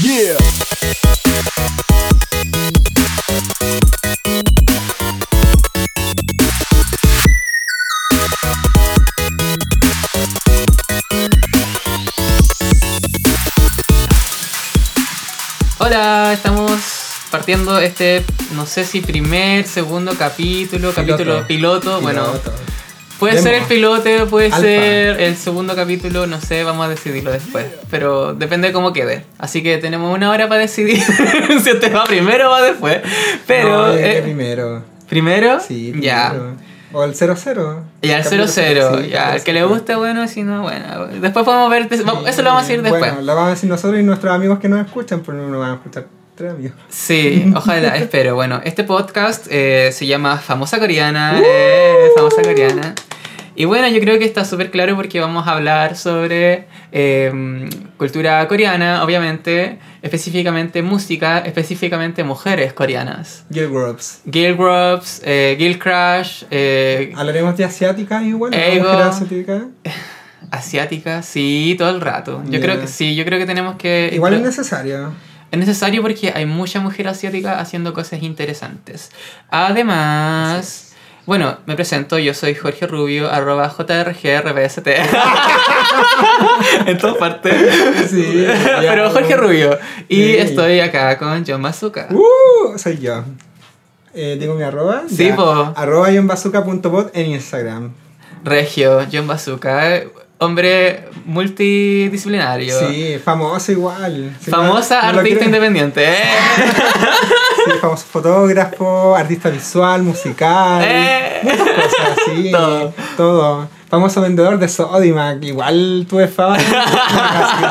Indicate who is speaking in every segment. Speaker 1: Yeah.
Speaker 2: Hola, estamos partiendo este, no sé si primer, segundo capítulo, capítulo piloto, bueno,
Speaker 3: Piloto.
Speaker 2: puede
Speaker 3: Demo.
Speaker 2: ser el piloto, puede
Speaker 3: Alfa.
Speaker 2: ser el segundo capítulo, no sé, vamos a decidirlo después, pero depende de cómo quede, así que tenemos una hora para decidir si este va primero o va después, pero...
Speaker 3: No, yo diría
Speaker 2: eh,
Speaker 3: primero.
Speaker 2: ¿Primero?
Speaker 3: Sí,
Speaker 2: Ya.
Speaker 3: primero. O el 00.
Speaker 2: Y al
Speaker 3: Capítulo
Speaker 2: 0-0,
Speaker 3: sí,
Speaker 2: ya, al que le
Speaker 3: 00.
Speaker 2: guste, bueno, si no, bueno. Después podemos ver, des- vamos- eso lo vamos a decir después.
Speaker 3: Eh, Bueno, lo vamos a decir nosotros y nuestros amigos que nos escuchan, pero no nos van a escuchar tres amigos.
Speaker 2: Sí, ojalá, espero. Bueno, este podcast eh, se llama Famosa Coreana. eh, famosa Coreana. Y bueno, yo creo que está súper claro porque vamos a hablar sobre eh, cultura coreana, obviamente, específicamente música, específicamente mujeres coreanas.
Speaker 3: Girl Groups.
Speaker 2: Girl Groups, eh, Girl Crush, eh,
Speaker 3: Hablaremos de asiáticas igual, de
Speaker 2: Ego.
Speaker 3: mujeres asiáticas.
Speaker 2: asiática, sí, todo el rato. Yo
Speaker 3: Ya.
Speaker 2: creo que sí, yo creo que tenemos que...
Speaker 3: Igual es necesario.
Speaker 2: Es necesario porque hay mucha mujer asiática haciendo cosas interesantes. Además, bueno, me presento, yo soy Jorge Rubio, arroba JRGRBST. en todas partes.
Speaker 3: Sí, ya.
Speaker 2: Pero Jorge Rubio. Y
Speaker 3: Sí.
Speaker 2: estoy acá con John Mazuka.
Speaker 3: ¡Uh! Soy yo. Eh, tengo mi arroba.
Speaker 2: Sí,
Speaker 3: ya.
Speaker 2: po.
Speaker 3: Arroba yonbazuca.bot en Instagram.
Speaker 2: Regio, John Mazuka, hombre multidisciplinario.
Speaker 3: Sí, famoso igual. Sí,
Speaker 2: Famosa
Speaker 3: no- no lo
Speaker 2: artista
Speaker 3: creo.
Speaker 2: independiente. ¿eh?
Speaker 3: Sí, famoso fotógrafo, artista visual, musical.
Speaker 2: Eh.
Speaker 3: Muchas cosas, sí.
Speaker 2: Todo.
Speaker 3: todo. Famoso vendedor de Sodimac. Igual tuve fama.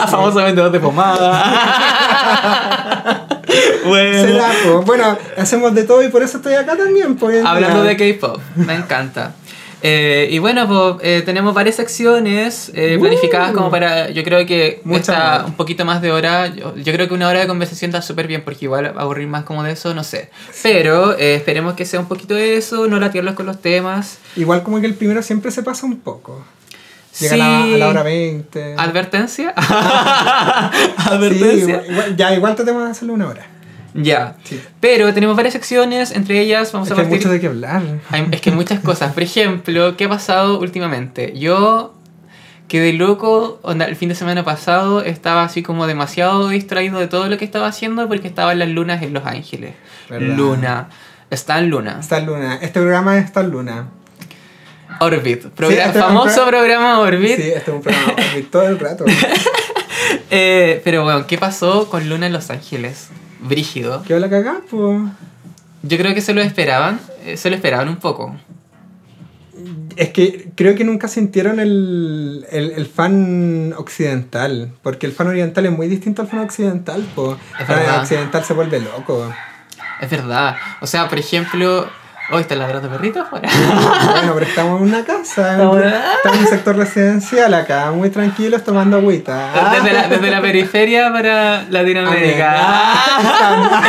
Speaker 2: Famoso vendedor de pomada. bueno.
Speaker 3: Se la po. Bueno, hacemos de todo y por eso estoy acá también. pues,
Speaker 2: Hablando
Speaker 3: ya.
Speaker 2: de K-pop, me encanta. Eh, y bueno, po, eh, tenemos varias secciones eh,
Speaker 3: Uh.
Speaker 2: planificadas como para, yo creo que
Speaker 3: Mucha
Speaker 2: esta,
Speaker 3: más.
Speaker 2: un poquito más de hora, yo, yo creo que una hora de conversación está súper bien porque igual aburrir más como de eso, no sé. Pero eh, esperemos que sea un poquito de eso, no latirlos con los temas.
Speaker 3: Igual como que el primero siempre se pasa un poco. Llega a, la, a la hora 20.
Speaker 2: ¿Advertencia?
Speaker 3: Sí,
Speaker 2: ¿Advertencia?
Speaker 3: igual- ya, igual tratemos de hacerlo una hora.
Speaker 2: Ya.
Speaker 3: Sí.
Speaker 2: Pero tenemos varias secciones, entre ellas vamos
Speaker 3: Es
Speaker 2: a
Speaker 3: que hay
Speaker 2: partir...
Speaker 3: mucho de qué hablar.
Speaker 2: Hay- es que hay muchas cosas. Por ejemplo, ¿qué ha pasado últimamente? Yo quedé loco, onda, el fin de semana pasado estaba así como demasiado distraído de todo lo que estaba haciendo porque estaban las lunas en Los Ángeles.
Speaker 3: ¿Verdad?
Speaker 2: Luna. Stan Luna.
Speaker 3: Star Luna. Este programa es Star Luna.
Speaker 2: Orbit. Progra-
Speaker 3: este es un
Speaker 2: famoso
Speaker 3: pro-
Speaker 2: programa Orbit.
Speaker 3: Sí, este es un programa de todo el rato.
Speaker 2: Eh, pero bueno, ¿qué pasó con Luna en Los Ángeles? Brígido.
Speaker 3: ¿Qué habla cagá, po?
Speaker 2: Yo creo que se lo esperaban, eh, se lo esperaban un poco.
Speaker 3: Es que creo que nunca sintieron el, el, el fan occidental, porque el fan oriental es muy distinto al fan occidental, po. El
Speaker 2: Es
Speaker 3: fan
Speaker 2: verdad.
Speaker 3: occidental se vuelve loco.
Speaker 2: Es verdad. O sea, por ejemplo, hoy están ladrando perritos afuera.
Speaker 3: Bueno, pero estamos en una casa, en-
Speaker 2: Estamos-
Speaker 3: estamos en un sector residencial acá, muy tranquilos tomando agüita. Ah,
Speaker 2: Desde la, desde la periferia para Latinoamérica. Ah,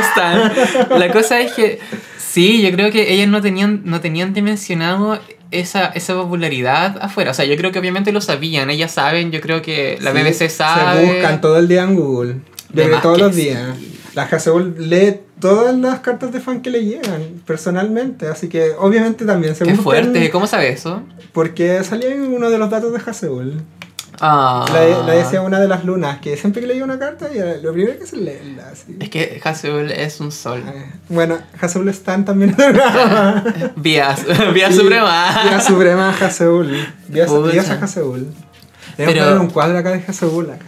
Speaker 2: están. La cosa es que sí, yo creo que ellas no tenían, no tenían dimensionado esa, esa popularidad afuera. O sea, yo creo que obviamente lo sabían, ellas saben, yo creo que la
Speaker 3: Sí,
Speaker 2: BBC sabe.
Speaker 3: Se buscan todo el día en Google. Yo
Speaker 2: De
Speaker 3: creo
Speaker 2: más
Speaker 3: que todos
Speaker 2: que
Speaker 3: los
Speaker 2: sí.
Speaker 3: días. La Hasebul lee todas las cartas de fan que le llegan personalmente, así que obviamente también se
Speaker 2: Qué
Speaker 3: buscan
Speaker 2: fuerte, ¿cómo sabe eso?
Speaker 3: porque salía en uno de los datos de Hasebul.
Speaker 2: Ah.
Speaker 3: La, la decía una de las lunas, que siempre que leía una carta, y era lo primero que se lee la- así.
Speaker 2: Es que Hazel es un sol.
Speaker 3: Eh, Bueno, Haseul Stan también es una-
Speaker 2: Vías, vías
Speaker 3: Sí,
Speaker 2: suprema.
Speaker 3: Vía Suprema Haseul. Vía
Speaker 2: Pucha.
Speaker 3: Diosa Haseul. Tenemos
Speaker 2: Pero-
Speaker 3: que poner un cuadro acá de Haseul acá.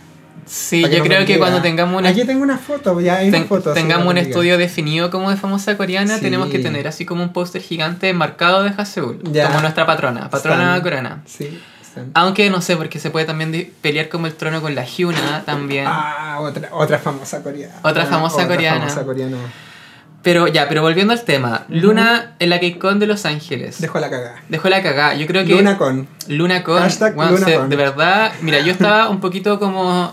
Speaker 2: Sí,
Speaker 3: para
Speaker 2: yo
Speaker 3: no me
Speaker 2: creo que
Speaker 3: diga.
Speaker 2: cuando tengamos una
Speaker 3: Aquí tengo una foto, ya hay una
Speaker 2: Ten-
Speaker 3: foto. así
Speaker 2: tengamos
Speaker 3: que
Speaker 2: un
Speaker 3: no me diga.
Speaker 2: estudio definido como de famosa coreana,
Speaker 3: Sí.
Speaker 2: tenemos que tener así como un póster gigante marcado de Haseul,
Speaker 3: Ya.
Speaker 2: como nuestra patrona, patrona
Speaker 3: Stan.
Speaker 2: coreana.
Speaker 3: Sí, están.
Speaker 2: Aunque no sé, porque se puede también di- pelear como el trono con la Hyuna también.
Speaker 3: Ah, otra, otra famosa coreana.
Speaker 2: Otra famosa coreana.
Speaker 3: famosa coreana.
Speaker 2: Pero ya, pero volviendo al tema, Luna en la KCON de Los Ángeles.
Speaker 3: Dejó la cagada.
Speaker 2: Dejó la cagada. Yo creo que
Speaker 3: Luna con.
Speaker 2: Luna con,
Speaker 3: Hashtag
Speaker 2: weón,
Speaker 3: Luna
Speaker 2: se-
Speaker 3: con.
Speaker 2: de verdad, mira, yo estaba un poquito como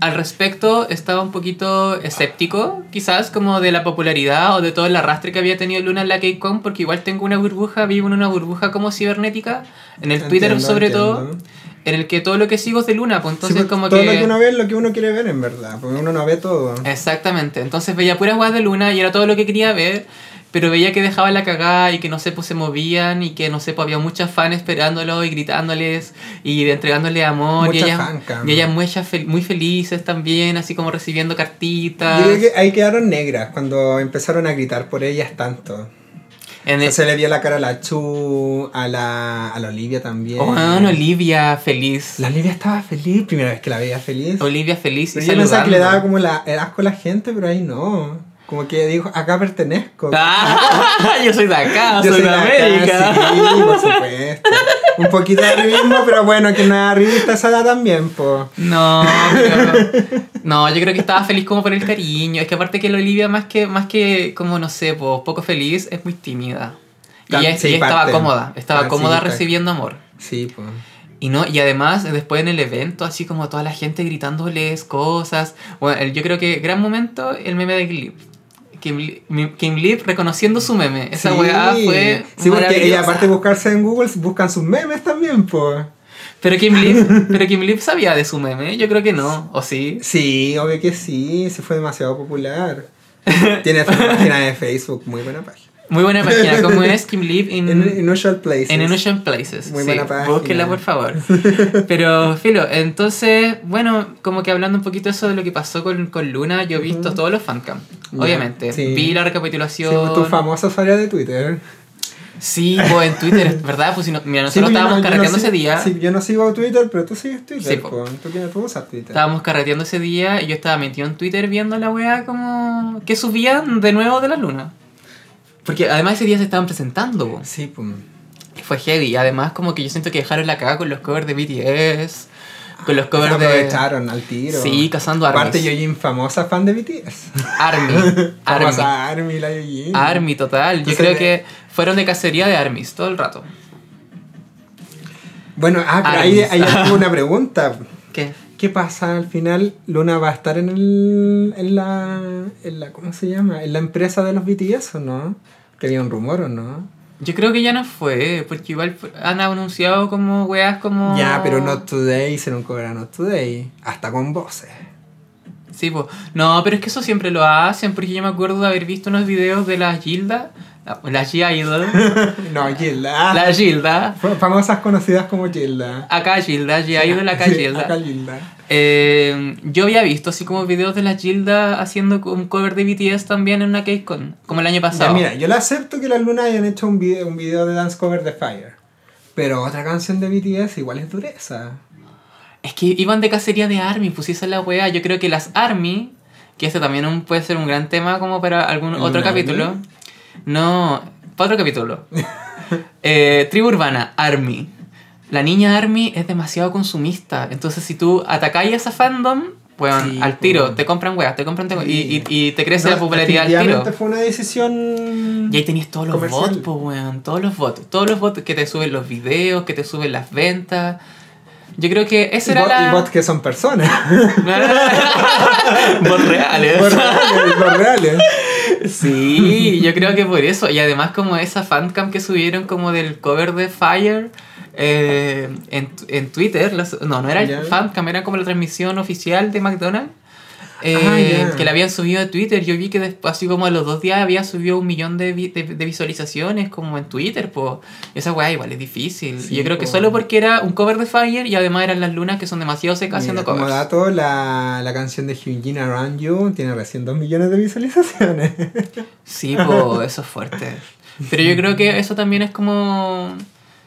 Speaker 2: al respecto estaba un poquito escéptico, quizás como de la popularidad o de todo el arrastre que había tenido Luna en la KCON, porque igual tengo una burbuja, vivo en una burbuja como cibernética, en el Twitter
Speaker 3: Entiendo,
Speaker 2: sobre
Speaker 3: entiendo.
Speaker 2: todo, en el que todo lo que sigo es de Luna, pues entonces
Speaker 3: Sí, pues,
Speaker 2: como
Speaker 3: todo
Speaker 2: que...
Speaker 3: lo que uno ve es lo que uno quiere ver, en verdad. Porque uno no ve todo.
Speaker 2: Exactamente, entonces veía puras guas de Luna y era todo lo que quería ver, pero veía que dejaba la cagada y que no sé, pues se movían y que no sé, pues había muchas fans esperándolo y gritándoles y entregándole amor
Speaker 3: Mucha
Speaker 2: y ellas,
Speaker 3: fan cam.
Speaker 2: y ellas muy, fel- muy felices también, así como recibiendo cartitas.
Speaker 3: Yo creo que ahí quedaron negras cuando empezaron a gritar por ellas tanto.
Speaker 2: En el-
Speaker 3: Se le vio la cara a la Chu, a la, a la Olivia también.
Speaker 2: Oh, weón, Olivia feliz.
Speaker 3: La Olivia estaba feliz, primera vez que la veía feliz.
Speaker 2: Olivia feliz
Speaker 3: Pero
Speaker 2: y
Speaker 3: yo pensaba
Speaker 2: saludando.
Speaker 3: que le daba como la, el asco a la gente, pero ahí no. Como que dijo, acá pertenezco.
Speaker 2: Ah, yo soy de acá, soy, de,
Speaker 3: acá,
Speaker 2: América.
Speaker 3: sí, por supuesto. Un poquito de arribismo, pero bueno, que nada, arribista esa edad también, po.
Speaker 2: No, pero- no, yo creo que estaba feliz como por el cariño. Es que aparte que la Olivia más que más que como no sé, po, poco feliz, es muy tímida. Y
Speaker 3: Tam-
Speaker 2: ella,
Speaker 3: sí,
Speaker 2: ella estaba
Speaker 3: parte.
Speaker 2: cómoda, estaba
Speaker 3: Ah, sí,
Speaker 2: cómoda
Speaker 3: parte.
Speaker 2: recibiendo amor.
Speaker 3: Sí, po.
Speaker 2: Y no, y además después en el evento así como toda la gente gritándoles cosas. Bueno, el- yo creo que gran momento el meme de Kim Kim, Li- Mi- Kim Lip reconociendo su meme. Esa
Speaker 3: Sí.
Speaker 2: weá fue
Speaker 3: Sí, porque ella
Speaker 2: maravillosa.
Speaker 3: aparte de buscarse en Google, buscan sus memes también, po.
Speaker 2: Pero Kim Lip, pero Kim Lip sabía de su meme, yo creo que no, o sí.
Speaker 3: Sí, obvio que sí, se fue demasiado popular. Tiene página de Facebook, muy buena página.
Speaker 2: Muy buena página, como es Kim Lip in,
Speaker 3: En
Speaker 2: Mm. en
Speaker 3: Inusual Places.
Speaker 2: Unusual Places.
Speaker 3: Muy
Speaker 2: sí,
Speaker 3: buena página.
Speaker 2: Búsquenla, por favor. Pero, Filo, entonces, bueno, como que hablando un poquito eso de lo que pasó con, con Luna, yo he visto todos los fancam,
Speaker 3: Ya,
Speaker 2: obviamente. Vi la
Speaker 3: sí. Sí, pues, tu
Speaker 2: recapitulación.
Speaker 3: famosa usuaria de Twitter.
Speaker 2: Sí, pues en Twitter, ¿verdad? Pues si no- mira,
Speaker 3: Sí,
Speaker 2: nosotros
Speaker 3: pues, yo
Speaker 2: estábamos
Speaker 3: no- yo no
Speaker 2: carreteando
Speaker 3: sig-
Speaker 2: ese día.
Speaker 3: Sí, yo no sigo Twitter, pero tú sigues Twitter.
Speaker 2: Sí,
Speaker 3: Sí,
Speaker 2: po.
Speaker 3: Tú, que- tú usas Twitter.
Speaker 2: Estábamos carreteando ese día y yo estaba metido en Twitter viendo la weá como que subían de nuevo de la luna. Porque además ese día se estaban presentando. po.
Speaker 3: Sí, pues.
Speaker 2: Fue heavy. Además, como que yo siento que dejaron la cagada con los covers de BTS, con
Speaker 3: Ah,
Speaker 2: los covers de
Speaker 3: aprovecharon al tiro.
Speaker 2: Sí, cazando armas.
Speaker 3: Aparte, Yojin, famosa fan de BTS.
Speaker 2: Army. Army.
Speaker 3: Famosa Army, la Yojin.
Speaker 2: Army total. Yo
Speaker 3: Entonces,
Speaker 2: creo
Speaker 3: eh,
Speaker 2: que fueron de cacería de armies todo el rato.
Speaker 3: Bueno, ah, pero ahí,
Speaker 2: Armies.
Speaker 3: ahí hay una pregunta.
Speaker 2: ¿Qué?
Speaker 3: ¿Qué pasa al final? Luna va a estar en, el, en, la, en la. ¿Cómo se llama? En la empresa de los BTS o no? Que había un rumor o no.
Speaker 2: Yo creo que ya no fue, porque igual fu- han anunciado como weas como...
Speaker 3: Ya, pero Not Today hicieron cobrar Not Today. Hasta con voces.
Speaker 2: Sí, po. No, pero es que eso siempre lo hacen, porque yo me acuerdo de haber visto unos videos de la Gilda. la- La G-Idol.
Speaker 3: No, Gilda.
Speaker 2: La Gilda.
Speaker 3: F- Famosas conocidas como Gilda.
Speaker 2: Acá Gilda, G-Idol, acá
Speaker 3: Sí,
Speaker 2: Gilda.
Speaker 3: Acá Gilda.
Speaker 2: Eh, yo había visto así como videos de la Gilda haciendo un cover de BTS también en una KCON, como el año
Speaker 3: Ya,
Speaker 2: pasado.
Speaker 3: mira, yo le acepto que la Luna hayan hecho un video, un video de Dance Cover de Fire. Pero otra canción de BTS igual es dureza.
Speaker 2: Es que iban de cacería de ARMY, pues esa es la weá. Yo creo que las ARMY, que este también un- puede ser un gran tema como para algún
Speaker 3: ¿En
Speaker 2: otro
Speaker 3: un
Speaker 2: capítulo.
Speaker 3: ARMY?
Speaker 2: No, para otro capítulo. Eh, tribu urbana, ARMY. La niña ARMY es demasiado consumista, entonces si tú atacáis a esa fandom, pues
Speaker 3: Sí,
Speaker 2: al tiro,
Speaker 3: pues.
Speaker 2: te compran weas, te compran te-
Speaker 3: Sí.
Speaker 2: y, y- y te crece
Speaker 3: No,
Speaker 2: la popularidad al tiro.
Speaker 3: definitivamente fue una decisión.
Speaker 2: Y ahí tenías todos los
Speaker 3: Comercial.
Speaker 2: bots, po, weón. Todos los bots. Todos los bots que te suben los videos, que te suben las ventas. Yo creo que
Speaker 3: Y
Speaker 2: esa era
Speaker 3: bot-
Speaker 2: la...
Speaker 3: y bots que son personas.
Speaker 2: Bots reales.
Speaker 3: Bots reales, bots reales.
Speaker 2: Sí, yo creo que por eso. Y además como esa fancam que subieron como del cover de Fire eh, en, en Twitter. las- no, no era el
Speaker 3: Ya.
Speaker 2: fancam, era como la transmisión oficial de McDonald's. eh,
Speaker 3: Ah, ya.
Speaker 2: Que la habían subido a Twitter. Yo vi que después, así como a los dos días, había subido un millón de, vi- de- de visualizaciones como en Twitter. Po. Y Esa weá igual es difícil.
Speaker 3: Sí,
Speaker 2: yo creo que
Speaker 3: po.
Speaker 2: solo porque era un cover de Fire y además eran las lunas que son demasiado secas haciendo
Speaker 3: Mira, como
Speaker 2: covers.
Speaker 3: dato, la, la canción de Hyunjin Around You tiene recién 2 millones de visualizaciones.
Speaker 2: Sí, po, eso es fuerte. Pero yo creo que eso también es como...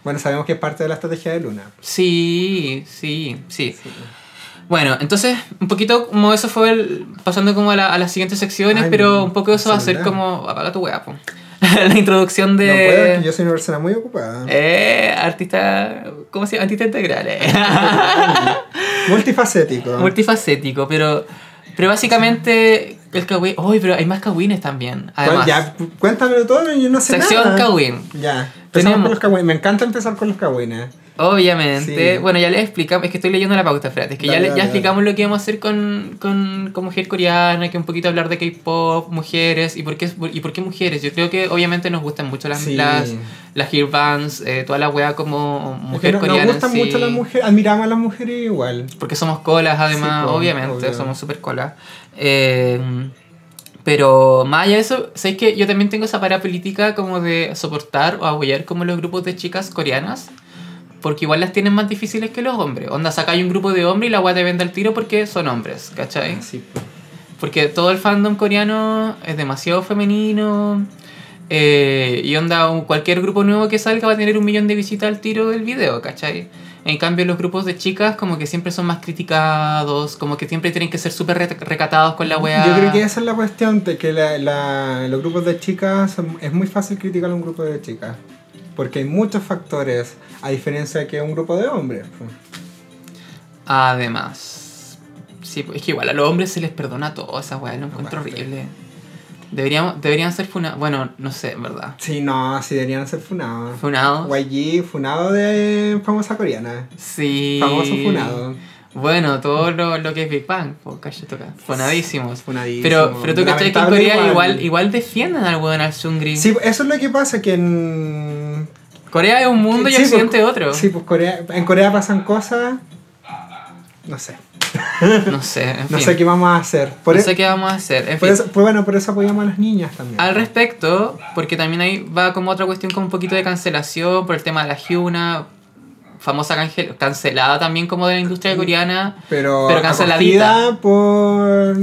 Speaker 3: Bueno, sabemos que es parte de la estrategia de Luna.
Speaker 2: Sí, sí, sí. Bueno, entonces, un poquito como eso fue el- pasando como a, la- a las siguientes secciones,
Speaker 3: Ay,
Speaker 2: pero un poco eso va a ser
Speaker 3: celular.
Speaker 2: como... Apaga tu weá, po. la introducción de...
Speaker 3: No puedo, es que yo soy una persona muy ocupada.
Speaker 2: Eh, artista... ¿Cómo se llama? Artista integral. eh.
Speaker 3: Multifacético.
Speaker 2: Multifacético, pero... Pero básicamente el kawin... ¡Uy, pero hay más kawines también!
Speaker 3: Bueno,
Speaker 2: Además,
Speaker 3: ya, cu- cuéntamelo todo, yo no sé
Speaker 2: sección
Speaker 3: nada.
Speaker 2: kawin.
Speaker 3: Ya, empezamos
Speaker 2: Tenemos-
Speaker 3: con los kawines. Me encanta empezar con los kawines.
Speaker 2: Obviamente.
Speaker 3: Sí.
Speaker 2: Bueno, ya les explicamos. Es que estoy leyendo la pauta, espérate. Es que
Speaker 3: Dale,
Speaker 2: ya, le-
Speaker 3: dale,
Speaker 2: ya
Speaker 3: dale.
Speaker 2: explicamos lo que íbamos a hacer con, con, con mujer coreana, que un poquito hablar de K-pop, mujeres. ¿Y por, qué, ¿Y por qué mujeres? Yo creo que obobviamente nos gustan mucho las,
Speaker 3: Sí.
Speaker 2: las, las hair bands, eh, toda la wea como
Speaker 3: Es que
Speaker 2: mujer
Speaker 3: no-
Speaker 2: coreana.
Speaker 3: nos
Speaker 2: en
Speaker 3: gustan
Speaker 2: sí.
Speaker 3: mucho las mujeres, admiramos a las mujeres igual.
Speaker 2: Porque somos colas, además,
Speaker 3: Sí, po,
Speaker 2: obviamente,
Speaker 3: obvio.
Speaker 2: somos super colas. Eh, pero más allá de eso, ¿sabéis que yo también tengo esa parada política como de soportar o apoyar como los grupos de chicas coreanas? Porque igual las tienen más difíciles que los hombres. Onda, saca un grupo de hombres y la guay te vende al tiro porque son hombres, ¿cachai?
Speaker 3: Sí, pues.
Speaker 2: Porque todo el fandom coreano es demasiado femenino. eh, y onda, un- cualquier grupo nuevo que salga va a tener un millón de visitas al tiro del video, ¿cachai? En cambio, los grupos de chicas como que siempre son más criticados, como que siempre tienen que ser súper re- recatados con la weá.
Speaker 3: Yo creo que esa es la cuestión, de que la- la- los grupos de chicas, son- es muy fácil criticar a un grupo de chicas, porque hay muchos factores, a diferencia de que un grupo de hombres. pues.
Speaker 2: Además, sí, pues, es que igual a los hombres se les perdona todo esa weá, lo encuentro
Speaker 3: Aparte.
Speaker 2: horrible. Deberíamos, deberían ser funados, bueno, no sé, en verdad.
Speaker 3: Sí, no, sí deberían ser funados.
Speaker 2: Funados.
Speaker 3: YG, funado de famosa coreana.
Speaker 2: Sí.
Speaker 3: Famoso funado.
Speaker 2: Bueno, todo lo, lo que es Big Bang, pues calle toca. Fonadísimos.
Speaker 3: Funadísimo.
Speaker 2: Pero, pero tú cachai que en
Speaker 3: Lamentable
Speaker 2: Corea igual, igual defienden al weón al Sungri.
Speaker 3: Sí, eso es lo que pasa, que en...
Speaker 2: Corea es un mundo y
Speaker 3: Sí, pues,
Speaker 2: Occidente otro.
Speaker 3: Sí, pues Corea, en Corea pasan cosas... No sé.
Speaker 2: No sé, en
Speaker 3: No
Speaker 2: fin.
Speaker 3: sé qué vamos a hacer. Por,
Speaker 2: no
Speaker 3: e-
Speaker 2: sé qué vamos a hacer. En
Speaker 3: por
Speaker 2: fin.
Speaker 3: eso, pues bueno, por eso apoyamos a las niñas también.
Speaker 2: Eh, Al respecto, porque también ahí va como otra cuestión con un poquito de cancelación por el tema de la Hyuna, famosa cangel- cancelada también como de la industria coreana
Speaker 3: pero,
Speaker 2: pero canceladita.
Speaker 3: acogida por...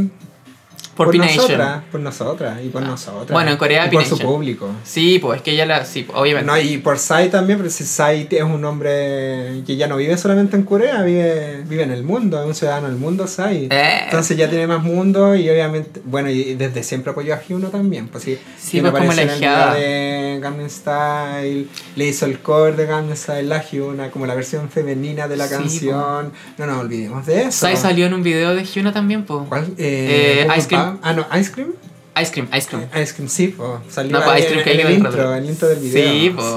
Speaker 2: por, P Nation. Ah.
Speaker 3: nosotras, por nosotras y por nosotras.
Speaker 2: Bueno, en Corea
Speaker 3: y por su
Speaker 2: P-Nation.
Speaker 3: público.
Speaker 2: Sí, pues es que ella la. Sí, obviamente.
Speaker 3: No, y por Sai también, pero si Sai es un hombre que ya no vive solamente en Corea, vive, vive en el mundo, es un ciudadano del mundo, Sai.
Speaker 2: Eh.
Speaker 3: Entonces ya tiene más mundo y obviamente, bueno, y, y desde siempre apoyó a Hyuno también, pues sí.
Speaker 2: Sí,
Speaker 3: Hyuno
Speaker 2: pues como la
Speaker 3: apareció en el
Speaker 2: hijeada.
Speaker 3: video de Gangnam Style, le hizo el core de Gangnam Style, la Hyuna, como la versión femenina de la
Speaker 2: Sí,
Speaker 3: canción. No nos olvidemos de eso.
Speaker 2: Sai salió en un video de Hyuna también, pues.
Speaker 3: ¿Cuál? Eh,
Speaker 2: Eh, Ice Cream.
Speaker 3: Ah, no, Ice Cream.
Speaker 2: Ice cream, ice cream.
Speaker 3: Ice Cream, sí, po. salió
Speaker 2: No,
Speaker 3: ahí
Speaker 2: pues, Ice Cream
Speaker 3: en- en
Speaker 2: Cake
Speaker 3: el
Speaker 2: del
Speaker 3: intro,
Speaker 2: Rodrigo.
Speaker 3: el intro del video.
Speaker 2: Sí, pues,
Speaker 3: sí.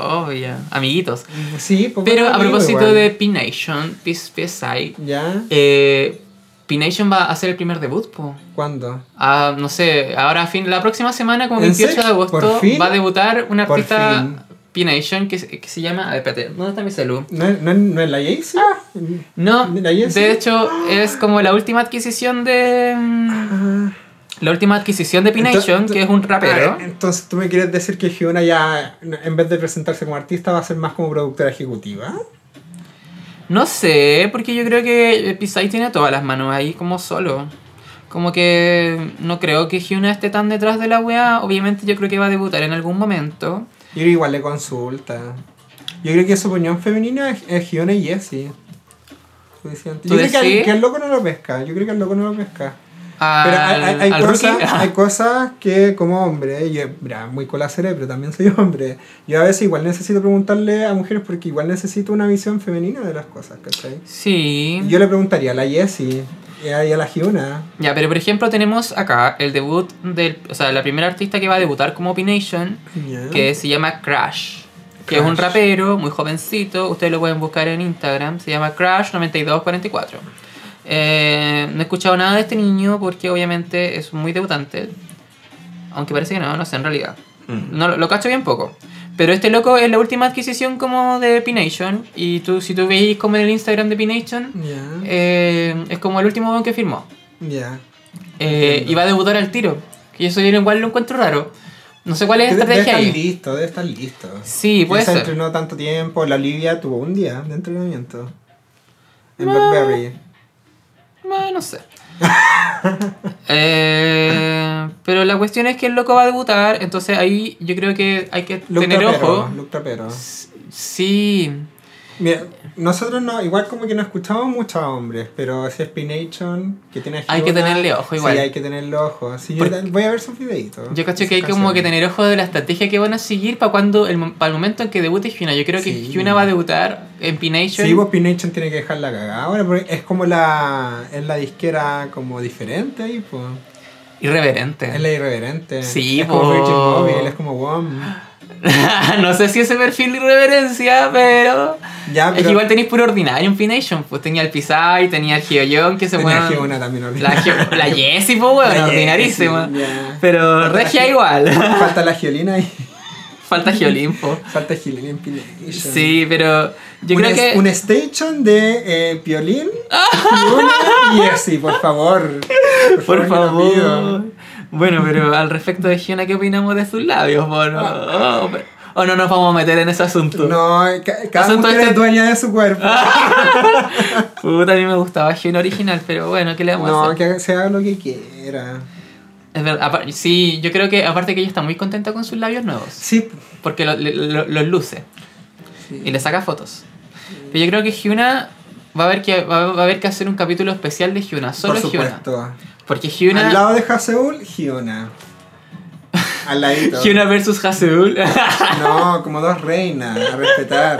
Speaker 2: obvio. Amiguitos.
Speaker 3: Sí, pues,
Speaker 2: Pero
Speaker 3: bueno,
Speaker 2: a
Speaker 3: amigo,
Speaker 2: propósito
Speaker 3: igual.
Speaker 2: de P-Nation, PSI,
Speaker 3: ¿Ya?
Speaker 2: eh, P-Nation va a hacer el primer debut, po.
Speaker 3: ¿Cuándo?
Speaker 2: Ah, no sé, ahora a fin, la próxima semana, como
Speaker 3: ¿En
Speaker 2: 28 de
Speaker 3: serio?
Speaker 2: agosto,
Speaker 3: ¿Por fin?
Speaker 2: va a debutar una
Speaker 3: Por
Speaker 2: artista P-Nation que, se- que se llama. A ver, espérate, ¿dónde está mi celu?
Speaker 3: ¿No, es- no, es- no es la Jaycee?
Speaker 2: No,
Speaker 3: ¿La Jessie?
Speaker 2: de hecho, es como la última adquisición de. mm,
Speaker 3: Ah.
Speaker 2: La última adquisición de P-Nation,
Speaker 3: Entonces-
Speaker 2: que es un rapero.
Speaker 3: Ah, entonces, ¿tú me quieres decir que Hyuna ya, en vez de presentarse como artista, va a ser más como productora ejecutiva?
Speaker 2: No sé, porque yo creo que Pisai tiene todas las manos ahí como solo. Como que no creo que Hyuna esté tan detrás de la weá. Obviamente yo creo que va a debutar en algún momento.
Speaker 3: Yo creo que igual le consulta. Yo creo que su opinión femenina es, es Hyuna y Jessie. Tú decías antes.
Speaker 2: ¿Tú
Speaker 3: Yo creo que al-
Speaker 2: decís?
Speaker 3: que el loco no lo pesca. Yo creo que el loco no lo pesca.
Speaker 2: Al,
Speaker 3: Pero hay, hay- hay
Speaker 2: al
Speaker 3: cosas,
Speaker 2: rookie.
Speaker 3: hay cosas que como hombre, yo, mira, muy cola seré, pero también soy hombre. Yo a veces igual necesito preguntarle a mujeres porque igual necesito una visión femenina de las cosas, ¿cachai?
Speaker 2: Sí.
Speaker 3: Yo le preguntaría a la Jessie y a, y a la Giona.
Speaker 2: Ya, pero por ejemplo tenemos acá el debut del... O sea, la primera artista que va a debutar como Opination, que se llama Crash. Que es un
Speaker 3: Crash.
Speaker 2: rapero muy jovencito, ustedes lo pueden buscar en Instagram, se llama Crash9244. Eh, no he escuchado nada de este niño porque obviamente es muy debutante, aunque parece que no, no sé en realidad.
Speaker 3: Mm.
Speaker 2: No, lo, lo cacho bien poco. Pero este loco es la última adquisición como de P-Nation y tú, si tú veis como en el Instagram de P-Nation,
Speaker 3: Ya,
Speaker 2: eh, es como el último weón que firmó.
Speaker 3: ya.
Speaker 2: Eh, y va a debutar al tiro, que yo soy igual lo encuentro raro. No sé cuál es la
Speaker 3: Que de- Debe
Speaker 2: estrategia
Speaker 3: estar
Speaker 2: ahí.
Speaker 3: listo, debe estar listo.
Speaker 2: Sí, puede
Speaker 3: Quizá
Speaker 2: ser.
Speaker 3: entrenó tanto tiempo, la Olivia tuvo un día de entrenamiento. En
Speaker 2: Ah,
Speaker 3: Blackberry.
Speaker 2: Bueno, no sé. Eh, pero la cuestión es que el loco va a debutar, entonces ahí yo creo que hay que
Speaker 3: Look
Speaker 2: tener
Speaker 3: trapero,
Speaker 2: ojo.
Speaker 3: look trapero.
Speaker 2: Sí,
Speaker 3: Mira, nosotros no, igual como que no escuchamos mucho a hombres, pero si es Pination, que tiene
Speaker 2: Hay que tenerle ojo igual.
Speaker 3: Sí, hay que tenerle ojo. Sí, yo
Speaker 2: Porque-
Speaker 3: tal- voy a ver sus videitos.
Speaker 2: yo cacho que hay
Speaker 3: sus
Speaker 2: como que
Speaker 3: canciones.
Speaker 2: tener ojo de la estrategia que van a seguir para cuando el, mo- para el momento en que debute Hyuna. Yo creo que
Speaker 3: Sí.
Speaker 2: Hyuna va a debutar en P-Nation.
Speaker 3: Sí, pues Pination tiene que dejar la cagada ahora, porque es como la. Es la disquera como diferente ahí, pues.
Speaker 2: irreverente.
Speaker 3: Es la irreverente.
Speaker 2: Sí, pues.
Speaker 3: es como
Speaker 2: po.
Speaker 3: Virgin Mobile, es como WOM.
Speaker 2: no sé si ese perfil de irreverencia, pero.
Speaker 3: Ya,
Speaker 2: Es
Speaker 3: pero-
Speaker 2: que igual tenéis puro ordinario en Fination. Pues tenía el Pisai, tenía el Gioyon, que se
Speaker 3: Tenía
Speaker 2: fueron-
Speaker 3: Geona también,
Speaker 2: La,
Speaker 3: ordinaria.
Speaker 2: Gio- la Jessie, pues, weón,
Speaker 3: La
Speaker 2: ordinarísima.
Speaker 3: Jessie, ya.
Speaker 2: Pero
Speaker 3: Falta la
Speaker 2: Regia
Speaker 3: Gio-
Speaker 2: igual.
Speaker 3: Falta la Giolina y
Speaker 2: Falta Geolimpo.
Speaker 3: falta Giolina en Pination.
Speaker 2: Sí, pero yo
Speaker 3: un
Speaker 2: creo
Speaker 3: es-
Speaker 2: que.
Speaker 3: Un station de eh, Piolín, Giona y así, por favor.
Speaker 2: Por
Speaker 3: te lo
Speaker 2: favor.
Speaker 3: pido.
Speaker 2: Bueno, pero al respecto de Giona, ¿qué opinamos de sus labios? po? No, oh, pe- o no nos vamos a meter en ese asunto.
Speaker 3: Ah. No, ca- cada
Speaker 2: Asunto
Speaker 3: mujer
Speaker 2: este-
Speaker 3: es dueña de su cuerpo.
Speaker 2: Ah, Puta, a mí me gustaba Giona original, pero bueno, ¿qué le vamos a
Speaker 3: no,
Speaker 2: hacer?
Speaker 3: que se haga lo que quiera.
Speaker 2: Es verdad, apar- sí, yo creo que aparte que ella está muy contenta con sus labios nuevos,
Speaker 3: Sí,
Speaker 2: porque lo- le- lo- los luce y le saca fotos. Pero yo creo que Hyuna va a haber que, va va a haber que hacer un capítulo especial de Hyuna, solo
Speaker 3: por
Speaker 2: Hyuna.
Speaker 3: supuesto.
Speaker 2: Porque Hyuna.
Speaker 3: Al lado de Haseul, Giona. Al ladito.
Speaker 2: Hyuna versus Haseul.
Speaker 3: Ah, No, como dos reinas, a respetar.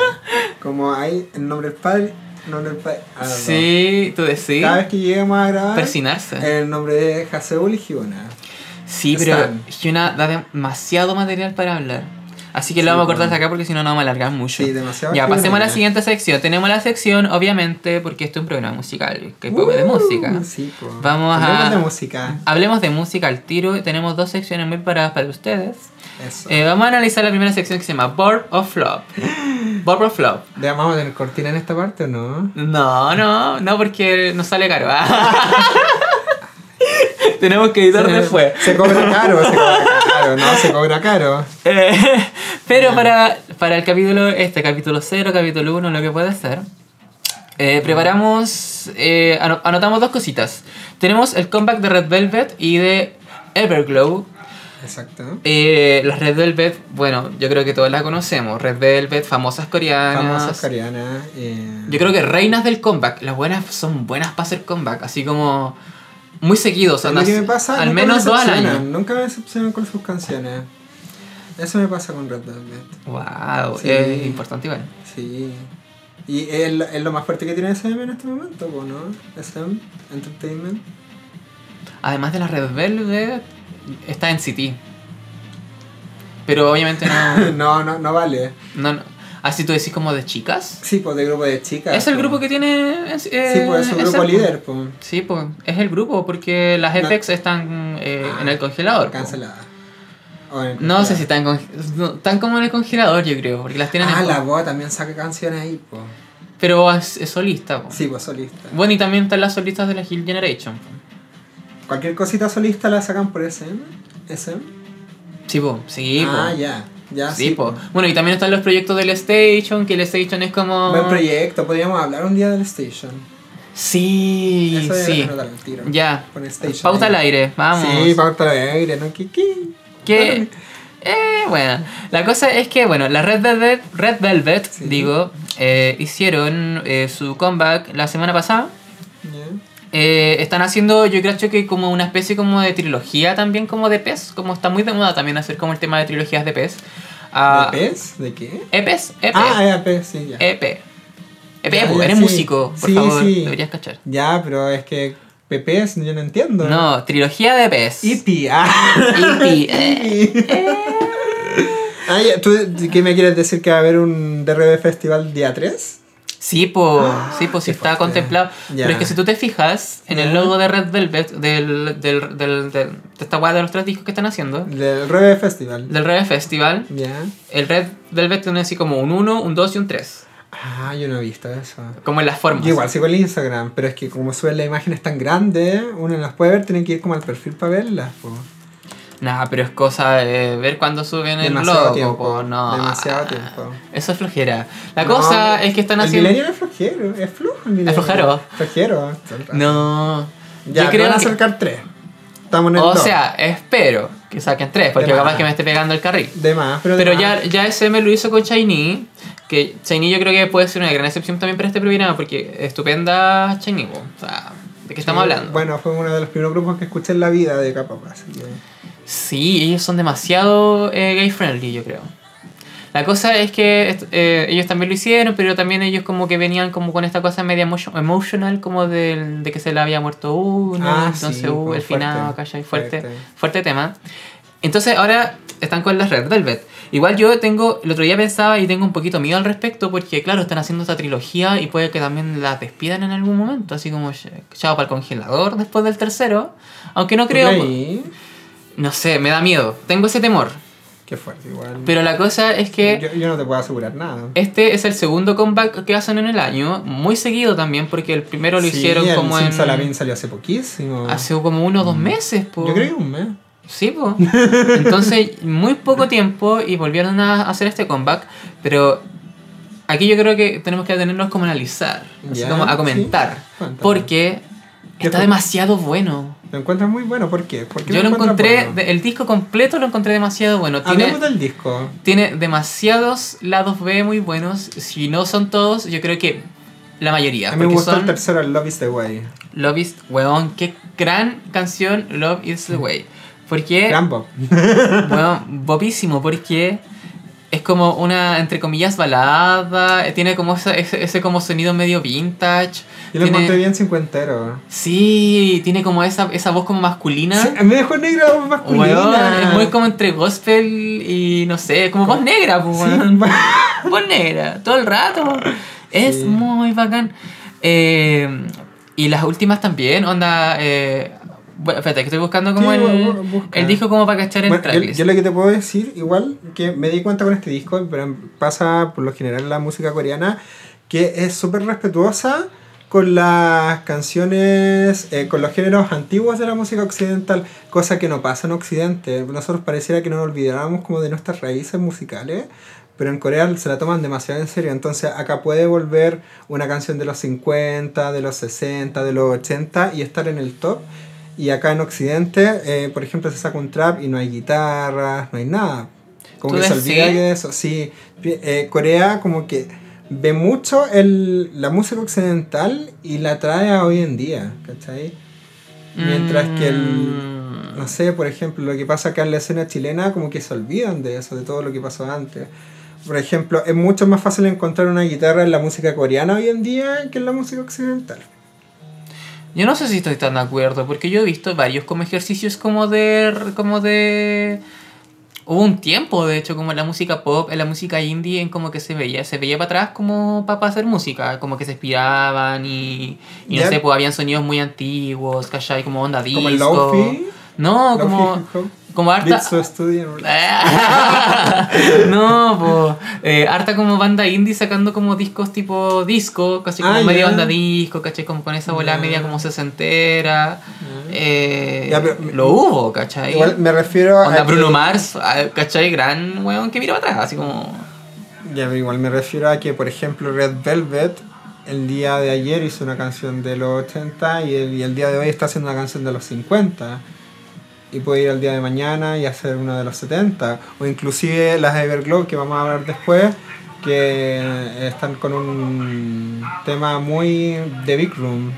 Speaker 3: Como hay en nombre del padre, en nombre del padre. ah, no.
Speaker 2: sí, tú decís.
Speaker 3: Cada vez eh, que lleguemos a grabar,
Speaker 2: Persinarse.
Speaker 3: el nombre de Haseul y Giona.
Speaker 2: Sí, pero
Speaker 3: Están.
Speaker 2: Hyuna da demasiado material para hablar. Así que
Speaker 3: Sí,
Speaker 2: lo vamos a cortar
Speaker 3: bueno.
Speaker 2: hasta acá porque si no nos vamos a alargar mucho.
Speaker 3: Sí, demasiado
Speaker 2: Ya,
Speaker 3: Hyuna.
Speaker 2: pasemos a la siguiente sección. Tenemos la sección, obviamente, porque esto es un programa musical, que poco de
Speaker 3: Uh,
Speaker 2: música.
Speaker 3: Sí, po.
Speaker 2: Vamos a-
Speaker 3: Hablemos de música.
Speaker 2: Hablemos de música al tiro. Tenemos dos secciones muy preparadas para ustedes.
Speaker 3: Eso.
Speaker 2: Eh, vamos a analizar la primera sección que se llama Board of Flop. Board of Flop.
Speaker 3: ¿Le ¿Vamos a tener cortina en esta parte o no?
Speaker 2: No, no, no, porque nos sale caro. ¿ah? Tenemos que editar después.
Speaker 3: Se cobra caro, se cobra caro, no, se cobra caro.
Speaker 2: Eh, pero para, para el capítulo, este capítulo 0, capítulo 1, lo que puede ser, eh, preparamos, eh, ano- anotamos dos cositas. Tenemos el comeback de Red Velvet y de Everglow.
Speaker 3: Exacto.
Speaker 2: Eh, las Red Velvet, bueno, yo creo que todas las conocemos. Red Velvet, famosas coreanas.
Speaker 3: Famosas coreanas. eh,
Speaker 2: Yo creo que reinas del comeback. Las buenas son buenas para hacer comeback, así como muy seguidos.
Speaker 3: a mí
Speaker 2: andas-
Speaker 3: lo que me pasa,
Speaker 2: al
Speaker 3: nunca
Speaker 2: menos
Speaker 3: me
Speaker 2: dos al
Speaker 3: decepcionan,
Speaker 2: año.
Speaker 3: Nunca me decepcionan con sus canciones. Eso me pasa con Red Velvet.
Speaker 2: Wow,
Speaker 3: Sí.
Speaker 2: es importante igual.
Speaker 3: Sí. Y es lo, es lo más fuerte que tiene SM en este momento, po, ¿no? SM Entertainment.
Speaker 2: Además de la Red Velvet, está en City. Pero obviamente no.
Speaker 3: no, no, no vale.
Speaker 2: no, no. Así tú decís como de chicas.
Speaker 3: Sí, pues de grupo de chicas.
Speaker 2: Es el
Speaker 3: po.
Speaker 2: grupo que tiene. eh,
Speaker 3: Sí, pues es su
Speaker 2: ese-
Speaker 3: grupo líder, pues.
Speaker 2: Sí, pues es el grupo, porque las
Speaker 3: No.
Speaker 2: FX están eh, en el congelador. po.
Speaker 3: Ah, Cancelada. O en el
Speaker 2: No sé si
Speaker 3: congelador.
Speaker 2: están, conge- no, están como en el congelador, yo creo, porque las tienen
Speaker 3: Ah,
Speaker 2: en.
Speaker 3: la boa también saca canciones ahí, pues.
Speaker 2: Pero es, es solista, po.
Speaker 3: Sí, pues solista.
Speaker 2: Bueno, y también están las solistas de la Hill Generation. po.
Speaker 3: Cualquier cosita solista la sacan por SM. SM.
Speaker 2: Sí, po. Sí, po.
Speaker 3: ah, ya. Ya,
Speaker 2: Sí, po.
Speaker 3: po.
Speaker 2: Bueno, y también están los proyectos del Station, que el Station es como.
Speaker 3: Buen proyecto, podríamos hablar un día del Station.
Speaker 2: Sí,
Speaker 3: Eso
Speaker 2: sí.
Speaker 3: era el tiro.
Speaker 2: Ya.
Speaker 3: Con Station.
Speaker 2: Pauta al
Speaker 3: ahí.
Speaker 2: aire, vamos.
Speaker 3: Sí, pauta de aire, ¿no? ¿Qué, qué?
Speaker 2: que. Eh, bueno, la cosa es que, bueno, la Red Velvet, Red Velvet
Speaker 3: Sí.
Speaker 2: digo, eh, hicieron eh, su comeback la semana pasada.
Speaker 3: Ya.
Speaker 2: Eh, están haciendo, yo creo que como una especie como de trilogía también, como de PES, como está muy de moda también hacer como el tema de trilogías de PES. Ah, E Eh.
Speaker 3: ¿De pez? ¿De qué?
Speaker 2: EPs, EP,
Speaker 3: Ah, era pez, sí, ya.
Speaker 2: EP. EP, po,
Speaker 3: Ya, ya,
Speaker 2: E pues, eres
Speaker 3: sí.
Speaker 2: músico, por
Speaker 3: Sí,
Speaker 2: favor,
Speaker 3: sí.
Speaker 2: deberías cachar.
Speaker 3: Ya, pero es que PPs yo no entiendo.
Speaker 2: No, trilogía de PES.
Speaker 3: EP, ah.
Speaker 2: EP, eh.
Speaker 3: Ah, ya, ¿Tú qué me quieres decir que va a haber un DRB Festival día 3?
Speaker 2: Sí, po, sí, po, sí está
Speaker 3: fuerte.
Speaker 2: contemplado.
Speaker 3: Ya.
Speaker 2: Pero es que si tú te fijas en el
Speaker 3: Ya.
Speaker 2: logo de Red Velvet, del, del, del, del- de esta guada de los tres discos que están haciendo,
Speaker 3: Del DRB Festival.
Speaker 2: del Red Festival,
Speaker 3: Ya.
Speaker 2: el Red Velvet tiene así como un 1, un 2 y un 3.
Speaker 3: Ah, yo no he visto eso.
Speaker 2: Como en las formas.
Speaker 3: Yo igual sigo el Instagram, pero es que como suben las imágenes tan grandes, uno las puede ver, tiene que ir como al perfil para verlas. po.
Speaker 2: Nah, pero es cosa de ver cuando suben el
Speaker 3: Demasiado
Speaker 2: logo,
Speaker 3: tiempo.
Speaker 2: po, no. Ah,
Speaker 3: Demasiado tiempo.
Speaker 2: Eso es flojera. La
Speaker 3: No,
Speaker 2: cosa es que están
Speaker 3: el
Speaker 2: haciendo.
Speaker 3: millennial es flojero, es flojo el millennial.
Speaker 2: flojero.
Speaker 3: Flojero.
Speaker 2: No.
Speaker 3: Ya,
Speaker 2: yo
Speaker 3: creo
Speaker 2: creo
Speaker 3: van a
Speaker 2: que-
Speaker 3: acercar tres. Estamos en el
Speaker 2: O
Speaker 3: dos.
Speaker 2: sea, espero que saquen tres, porque
Speaker 3: Demás.
Speaker 2: capaz que me esté pegando el carril.
Speaker 3: de más, pero, de
Speaker 2: Pero
Speaker 3: más.
Speaker 2: ya, ya SM lo hizo con Shiny, que Shiny yo creo que puede ser una gran excepción también para este programa, porque estupenda Shiny, po. o sea, ¿de qué estamos hablando?
Speaker 3: Bueno, fue uno de los primeros grupos que escuché en la vida de K-pop, así que-
Speaker 2: Sí, ellos son demasiado eh, gay friendly, yo creo. La cosa es que est- eh, ellos también lo hicieron, pero también ellos como que venían como con esta cosa media emotio- emotional, como del- de que se le había muerto uno,
Speaker 3: Ah, sí,
Speaker 2: entonces uh,
Speaker 3: como
Speaker 2: el final,
Speaker 3: fuerte,
Speaker 2: ¿cachai? Fuerte, fuerte,
Speaker 3: fuerte.
Speaker 2: tema. Entonces ahora están con las Red Velvet. Igual yo tengo, el otro día pensaba y tengo un poquito miedo al respecto porque claro, están haciendo esta trilogía y puede que también las despidan en algún momento, así como chao para el congelador después del tercero, aunque no creo...
Speaker 3: Ahí,
Speaker 2: No sé, me da miedo, tengo ese temor.
Speaker 3: Qué fuerte, igual.
Speaker 2: Pero la cosa es que...
Speaker 3: yo, yo no te puedo asegurar nada.
Speaker 2: Este es el segundo comeback que hacen en el año, muy seguido también, porque el primero lo
Speaker 3: Sí,
Speaker 2: hicieron
Speaker 3: el
Speaker 2: como en.
Speaker 3: Simsalabim salió hace poquísimo.
Speaker 2: Hace como unos dos meses, po.
Speaker 3: Mm. Yo creo ¿eh? que un mes.
Speaker 2: Sí, po. Entonces, muy poco tiempo y volvieron a hacer este comeback, pero aquí yo creo que tenemos que detenernos como a analizar, así
Speaker 3: Ya,
Speaker 2: como a comentar,
Speaker 3: sí, cuéntame.
Speaker 2: porque
Speaker 3: ¿Qué
Speaker 2: está
Speaker 3: fue?
Speaker 2: demasiado bueno.
Speaker 3: Lo encuentras muy bueno, ¿por qué? ¿Por qué
Speaker 2: Yo lo
Speaker 3: encuentras
Speaker 2: encontré,
Speaker 3: bueno?
Speaker 2: de- el disco completo lo encontré demasiado bueno. Ah, Tiene,
Speaker 3: Hablemos del disco.
Speaker 2: tiene demasiados lados B muy buenos. Si no son todos, yo creo que la mayoría.
Speaker 3: A mí me
Speaker 2: porque
Speaker 3: gustó
Speaker 2: son
Speaker 3: el tercero, el Love is the Way.
Speaker 2: Love is, weón, qué gran canción Love is the Way. Porque,
Speaker 3: Rambo.
Speaker 2: weón, bopísimo, porque es como una, entre comillas, balada. eh, Tiene como esa- ese, ese como sonido medio vintage.
Speaker 3: Yo lo
Speaker 2: tiene-
Speaker 3: encontré bien cincuentero.
Speaker 2: Sí, tiene como esa, esa voz como masculina.
Speaker 3: Sí, me dejó negra la voz masculina.
Speaker 2: Weón, es muy como entre gospel y no sé, como voz negra, pues, weón.
Speaker 3: Sí,
Speaker 2: Voz negra, todo el rato. Es
Speaker 3: Sí.
Speaker 2: muy bacán. Eh, y las últimas también, onda. Eh, bueno, espérate, que estoy buscando como
Speaker 3: Sí, bu- bu-
Speaker 2: el,
Speaker 3: busca.
Speaker 2: el disco como para cachar el
Speaker 3: Bueno, yo,
Speaker 2: tracklist.
Speaker 3: yo lo que te puedo decir, igual, que me di cuenta con este disco, pero pasa por lo general en la música coreana, que es súper respetuosa con las canciones, eh, con los géneros antiguos de la música occidental, cosa que no pasa en Occidente. Nosotros pareciera que nos olvidáramos como de nuestras raíces musicales, pero en Corea se la toman demasiado en serio. Entonces acá puede volver una canción de los 50, de los 60, de los 80 y estar en el top. Y acá en Occidente, eh, por ejemplo, se saca un trap y no hay guitarras, no hay nada. Como
Speaker 2: ¿Tú
Speaker 3: que se
Speaker 2: decís?
Speaker 3: olvida de eso. Sí, pi- eh, Corea como que ve mucho el, la música occidental y la trae a hoy en día, ¿cachai? Mientras que el...
Speaker 2: Mm,
Speaker 3: No sé, por ejemplo, lo que pasa acá en la escena chilena, como que se olvidan de eso, de todo lo que pasó antes. Por ejemplo, es mucho más fácil encontrar una guitarra en la música coreana hoy en día que en la música occidental.
Speaker 2: Yo no sé si estoy tan de acuerdo, porque yo he visto varios como ejercicios como de. como de. Hubo un tiempo, de hecho, como en la música pop, en la música indie, en como que se veía, se veía para atrás como para hacer música, como que se inspiraban y, y no
Speaker 3: Ya.
Speaker 2: sé, pues habían sonidos muy antiguos, ¿cachai? Como onda disco.
Speaker 3: Como el lofi.
Speaker 2: No,
Speaker 3: Lofi
Speaker 2: como,
Speaker 3: hip hop.
Speaker 2: como harta...
Speaker 3: Beats eh, to Studio.
Speaker 2: no, po. Eh, harta como banda indie sacando como discos tipo disco, casi como
Speaker 3: Ah,
Speaker 2: media
Speaker 3: ya.
Speaker 2: banda disco, ¿cachai? Como con esa bola
Speaker 3: Ya.
Speaker 2: media como sesentera. Eh,
Speaker 3: Ya, pero-
Speaker 2: lo hubo, ¿cachai?
Speaker 3: Igual me refiero
Speaker 2: Onda
Speaker 3: a.
Speaker 2: Bruno
Speaker 3: que,
Speaker 2: Mars, ah, ¿cachai? Gran weón que mira para atrás, así como...
Speaker 3: Ya, pero igual me refiero a que, por ejemplo, Red Velvet el día de ayer hizo una canción de los 80 y el, y el día de hoy está haciendo una canción de los 50. Y puede ir al día de mañana y hacer una de los 70. O inclusive las Everglow, que vamos a hablar después, que están con un tema muy de Big Room.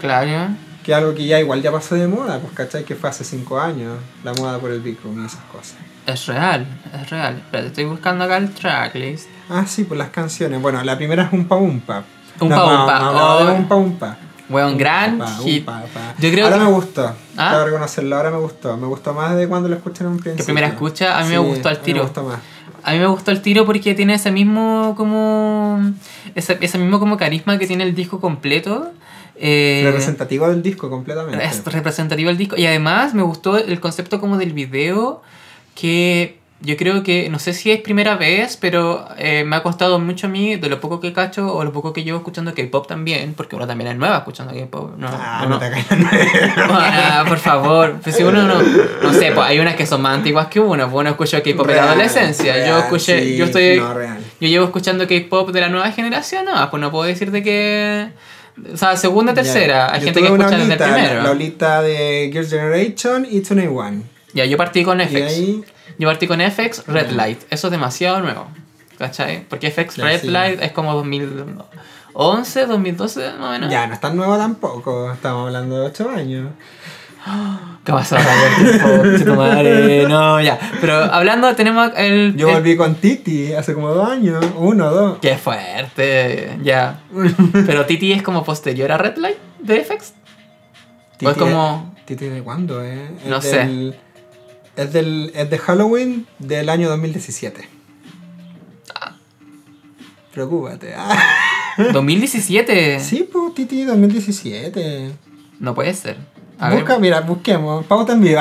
Speaker 2: Claro.
Speaker 3: Que es algo que ya igual ya pasó de moda, pues cachai que fue hace 5 años, la moda por el Big Room y esas cosas.
Speaker 2: Es real, es real. Espérate, estoy buscando acá el tracklist.
Speaker 3: Ah, sí, pues las canciones. Bueno, la primera es Umpa Umpa.
Speaker 2: Umpa
Speaker 3: No, no,
Speaker 2: Umpa,
Speaker 3: no, no,
Speaker 2: oh.
Speaker 3: de Umpa Umpa.
Speaker 2: Weón, gran
Speaker 3: Umpa,
Speaker 2: hit.
Speaker 3: Umpa, Umpa.
Speaker 2: Yo creo
Speaker 3: ahora
Speaker 2: que-
Speaker 3: me gustó.
Speaker 2: ¿Ah?
Speaker 3: Debo reconocerlo, ahora me gustó. Me gustó más de cuando lo escuché en un principio.
Speaker 2: primera escucha? A mí me gustó al
Speaker 3: a mí
Speaker 2: tiro.
Speaker 3: Me gustó más.
Speaker 2: A mí me gustó el tiro porque tiene ese mismo como ese, ese mismo como carisma que tiene el disco completo. Eh,
Speaker 3: Representativo del disco completamente.
Speaker 2: es representativo el disco y además me gustó el concepto como del video que yo creo que no sé si es primera vez, pero eh, me ha costado mucho a mí de lo poco que cacho o lo poco que llevo escuchando K-pop también, porque uno también es nueva escuchando K-pop. No,
Speaker 3: Ah,
Speaker 2: uno-
Speaker 3: no te hagas-
Speaker 2: Ah, por favor, Pues si uno no, no sé, pues hay unas que son más antiguas que una, pues uno escuchó K-pop en la
Speaker 3: Real,
Speaker 2: adolescencia, yo
Speaker 3: real,
Speaker 2: escuché,
Speaker 3: sí,
Speaker 2: yo estoy,
Speaker 3: no, real.
Speaker 2: yo llevo escuchando K-pop de la nueva generación, no, pues no puedo decirte que, o sea, segunda, tercera, hay
Speaker 3: Yo
Speaker 2: gente que
Speaker 3: tuve una
Speaker 2: escucha desde el
Speaker 3: olita,
Speaker 2: primero,
Speaker 3: La olita de Girls' Generation y 2NA1.
Speaker 2: ya, yo partí con
Speaker 3: Y
Speaker 2: FX,
Speaker 3: ahí.
Speaker 2: yo partí con FX, Red Light, eso es demasiado nuevo, ¿cachai? Porque FX
Speaker 3: Ya,
Speaker 2: Red
Speaker 3: sí.
Speaker 2: Light es como 2011, 2012, más o menos.
Speaker 3: Ya, no es tan nuevo tampoco. Estamos hablando de 8 años.
Speaker 2: ¿Qué pasó? Robert? Por tu madre, no, ya. Pero hablando, tenemos el...
Speaker 3: Yo
Speaker 2: el-
Speaker 3: volví con Titi hace como 2 años. Uno, dos.
Speaker 2: Qué fuerte, ya. Pero Titi es como posterior a Red Light de FX. O es
Speaker 3: Titi-
Speaker 2: Pues como.
Speaker 3: ¿Titi de cuándo, eh?
Speaker 2: No
Speaker 3: Es
Speaker 2: sé.
Speaker 3: del- Es, del, es de Halloween del año 2017.
Speaker 2: Ah.
Speaker 3: Preocúpate. Ah,
Speaker 2: 2017.
Speaker 3: Sí, pues Titi 2017.
Speaker 2: No puede ser. A ver,
Speaker 3: Busca, mira, busquemos. Pauta en vivo.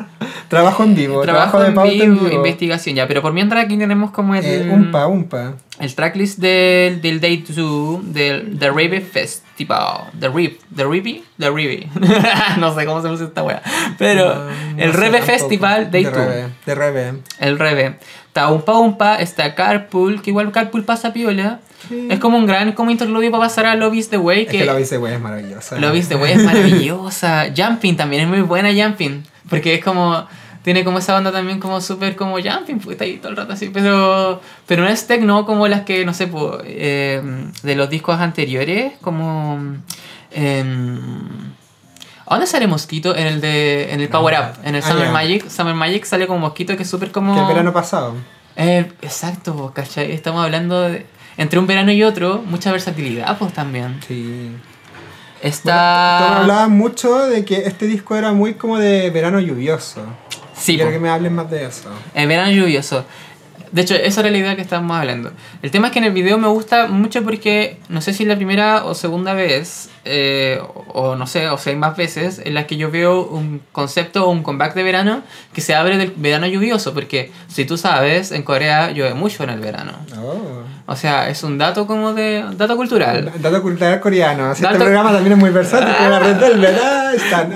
Speaker 3: trabajo en vivo. Trabajo,
Speaker 2: trabajo
Speaker 3: de
Speaker 2: en
Speaker 3: pauta en
Speaker 2: vivo,
Speaker 3: vivo.
Speaker 2: investigación ya. Pero por mientras aquí tenemos como el,
Speaker 3: Eh, umpa, umpa.
Speaker 2: el tracklist del, del Day 2 del The Rave Festival. The Rave, The Rave, The Rave. no sé cómo se pronuncia esta wea. Pero
Speaker 3: Ah, No,
Speaker 2: el
Speaker 3: no sé
Speaker 2: Rave
Speaker 3: tampoco.
Speaker 2: Festival Day
Speaker 3: De
Speaker 2: 2.
Speaker 3: Rebe, de Rebe.
Speaker 2: El Rebe. Está Umpa Umpa, está Carpool, que igual Carpool pasa piola.
Speaker 3: Sí.
Speaker 2: Es como un gran como interludio para pasar a Lobbies the Way.
Speaker 3: Es que
Speaker 2: Que,
Speaker 3: la bice güey es maravillosa.
Speaker 2: Lobbies the Way es maravillosa. Jumping también es muy buena, Jumping. Porque es como. Tiene como esa onda también como súper como Jumping, pues está ahí todo el rato así. Pero, pero no es techno como las que, no sé, po, eh, de los discos anteriores, como. em, ¿A dónde sale Mosquito? En el de en el Power Up, en el
Speaker 3: Ah,
Speaker 2: Summer
Speaker 3: ya.
Speaker 2: Magic. Summer Magic sale como Mosquito que es súper como...
Speaker 3: Que el verano pasado.
Speaker 2: Eh, exacto, po, ¿cachai? Estamos hablando de. Entre un verano y otro, mucha versatilidad, pues también.
Speaker 3: Sí. Bueno, tú- tú
Speaker 2: Está.
Speaker 3: hablabas mucho de que este disco era muy como de verano lluvioso.
Speaker 2: sí, pues,
Speaker 3: Quiero
Speaker 2: po,
Speaker 3: que me hablen más de eso.
Speaker 2: el verano lluvioso. De hecho, esa era la idea que estábamos hablando. El tema es que en el video me gusta mucho porque no sé si es la primera o segunda vez, eh, o o no sé, o si hay más veces, en las que yo veo un concepto o un comeback de verano que se abre del verano lluvioso, porque si tú sabes, en Corea llueve mucho en el verano.
Speaker 3: Oh.
Speaker 2: O sea, es un dato como de. dato cultural.
Speaker 3: Dato cultural coreano. Así
Speaker 2: Dato-
Speaker 3: Este programa también es muy versátil. con la red del verano están.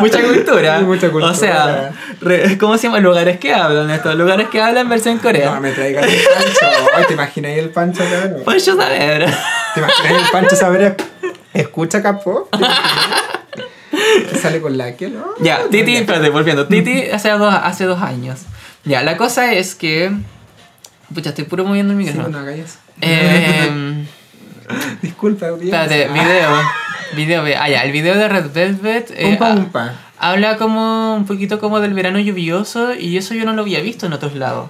Speaker 2: mucha cultura.
Speaker 3: Sí, mucha cultura.
Speaker 2: O sea, re- ¿cómo se llama? Lugares que hablan estos. Lugares que hablan versión
Speaker 3: No
Speaker 2: coreana.
Speaker 3: me traigan el pancho. Ay, ¿Te imaginas el pancho acá?
Speaker 2: Pues yo saber.
Speaker 3: ¿Te imaginas el Pancho Saber escucha capó? Que sale con la que, ¿no?
Speaker 2: ya, Titi, espérate, volviendo. Titi hace dos, hace dos años. Ya, la cosa es que. Pucha, estoy puro moviendo el
Speaker 3: Sí, no,
Speaker 2: micrófono.
Speaker 3: hagas eso.
Speaker 2: Eh,
Speaker 3: Disculpa, audiencia.
Speaker 2: espérate, video. Video, ve- ah, ya, el video de Red Velvet. eh,
Speaker 3: Umpa,
Speaker 2: ah,
Speaker 3: umpa.
Speaker 2: Habla como un poquito como del verano lluvioso y eso yo no lo había visto en otros lados.